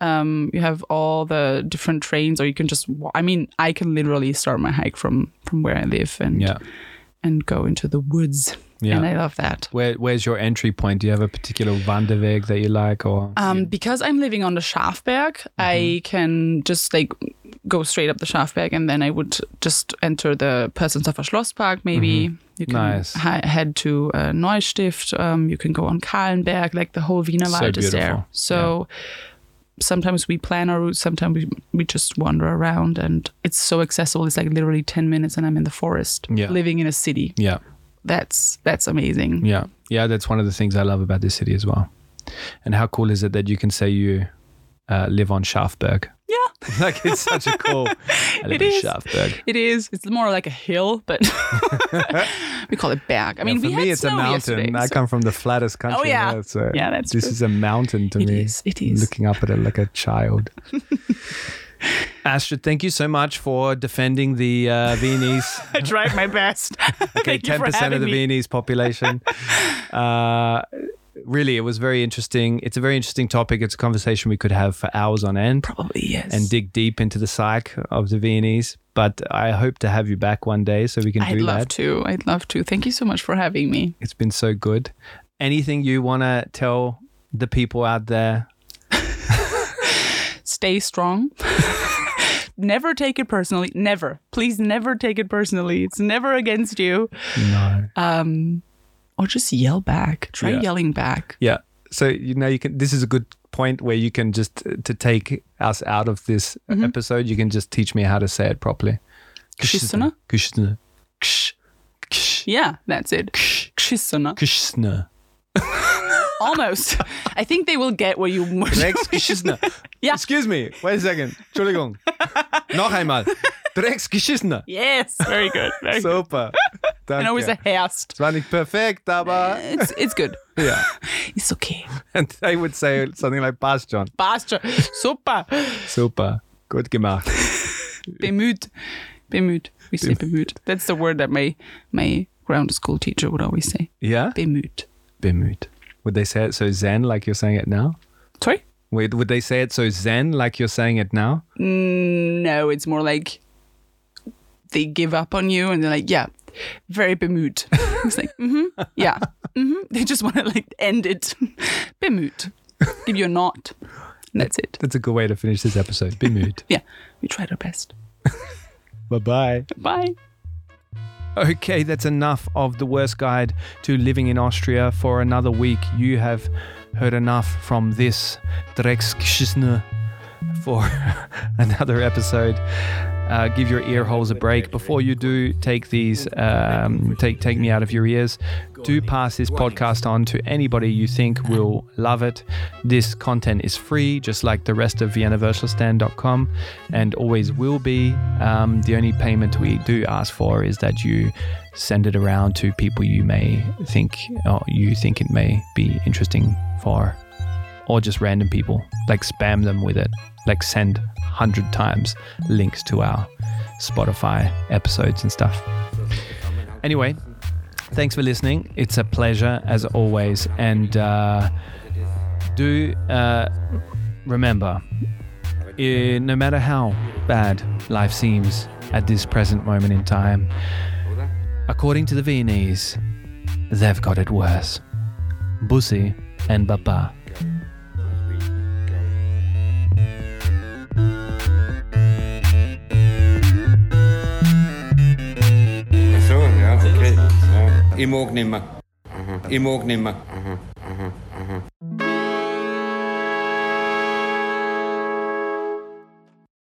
D: Um, you have all the different trains, or you can just. Wa- I mean, I can literally start my hike from from where I live and
C: Yeah.
D: and go into the woods.
C: Yeah.
D: and I love that.
C: Where, where's your entry point? Do you have a particular Wanderweg that you like, or
D: Um, because I'm living on the Schafberg,
C: Mm-hmm.
D: I can just like go straight up the Schafberg, and then I would just enter the Personsdorfer Schlosspark. Maybe you can
C: Mm-hmm. Nice.
D: he- head to uh, Neustift. Um, you can go on Kahlenberg. Like the whole Wienerwald
C: beautiful.
D: is there. So sometimes we plan our route. Sometimes we we just wander around, and it's so accessible. It's like literally ten minutes, and I'm in the forest,
C: Yeah.
D: living in a city.
C: yeah?
D: That's that's amazing.
C: Yeah. Yeah, that's one of the things I love about this city as well. And how cool is it that you can say you uh, live on Schafberg?
D: yeah.
C: like, it's such a cool. I live
D: It
C: in
D: is.
C: Schafberg.
D: It is. It's more like a hill, but we call it berg. I mean,
C: for
D: we
C: me,
D: had
C: it's a
D: snow
C: mountain.
D: yesterday,
C: I
D: so-
C: come from the flattest country.
D: Oh,
C: on
D: yeah.
C: earth, so
D: Yeah, that's
C: This
D: true.
C: is a mountain to
D: It
C: me.
D: is, it is.
C: Looking up at it like a child. Astrid, thank you so much for defending the uh, Viennese.
D: I tried my best.
C: okay,
D: Thank you for
C: percent of
D: having
C: the
D: me.
C: Viennese population. uh, really, it was very interesting. It's a very interesting topic. It's a conversation we could have for hours on end
D: Probably yes.
C: and dig deep into the psyche of the Viennese. But I hope to have you back one day so we can
D: I'd
C: do
D: love
C: that.
D: to. I'd love to. Thank you so much for having me.
C: It's been so good. Anything you want to tell the people out there?
D: Stay strong. never take it personally. Never. Please never take it personally. It's never against you.
C: No.
D: Um, or just yell back. Try
C: Yeah.
D: yelling back.
C: Yeah. So you know you can. This is a good point where you can just uh, to take us out of this
D: Mm-hmm.
C: episode, you can just teach me how to say it properly.
D: Kshissana?
C: Kshissana.
D: Ksh.
C: Ksh-
D: Yeah, that's it. Kshissana.
C: Kshissana.
D: Almost. I think they will get what you want.
C: Drecksgeschissener.
D: Yeah.
C: Excuse me. Wait a second. Entschuldigung. Noch einmal. Drecksgeschissener.
D: Yes, very good. Very good.
C: Super.
D: And always a
C: Danke.
D: herst.
C: Es war nicht perfekt, aber
D: It's, it's good.
C: yeah.
D: It's okay.
C: And I would say something like Pass, John.
D: Passt schon. Super.
C: Super. Gut gemacht.
D: Bemüht. Bemüht. We say bemüht. That's the word that my my ground school teacher would always say.
C: Yeah?
D: Bemüht.
C: Bemüht. Would they say it so zen like you're saying it now?
D: Sorry?
C: Would, would they say it so zen like you're saying it now?
D: Mm, No, it's more like they give up on you and they're like, yeah, very bemüht. It's like, mm-hmm, yeah, mm-hmm. They just want to like end it. bemüht. Give you a knot. And that's it.
C: That's a good way to finish this episode. Bemüht.
D: Yeah, we tried our best.
C: bye bye.
D: Bye.
C: Okay, that's enough of the worst guide to living in Austria for another week. You have heard enough from this Drecksgeschissene for another episode. Uh, give your ear holes a break. Before you do, take these, um, take take me out of your ears. Do pass this podcast on to anybody you think will love it. This content is free, just like the rest of viennaversalstand.com, and always will be. Um, the only payment we do ask for is that you send it around to people you may think or you think it may be interesting for or just random people. Like spam them with it. Like send 100 times links to our Spotify episodes and stuff. Anyway, thanks for listening. It's a pleasure as always. And uh, do uh, remember eh, no matter how bad life seems at this present moment in time, according to the Viennese, they've got it worse. Bussi and Baba.
A: Also, Ach so, ja, okay. Ja. Ich mag nimmer. Aha. Ich mag nimmer.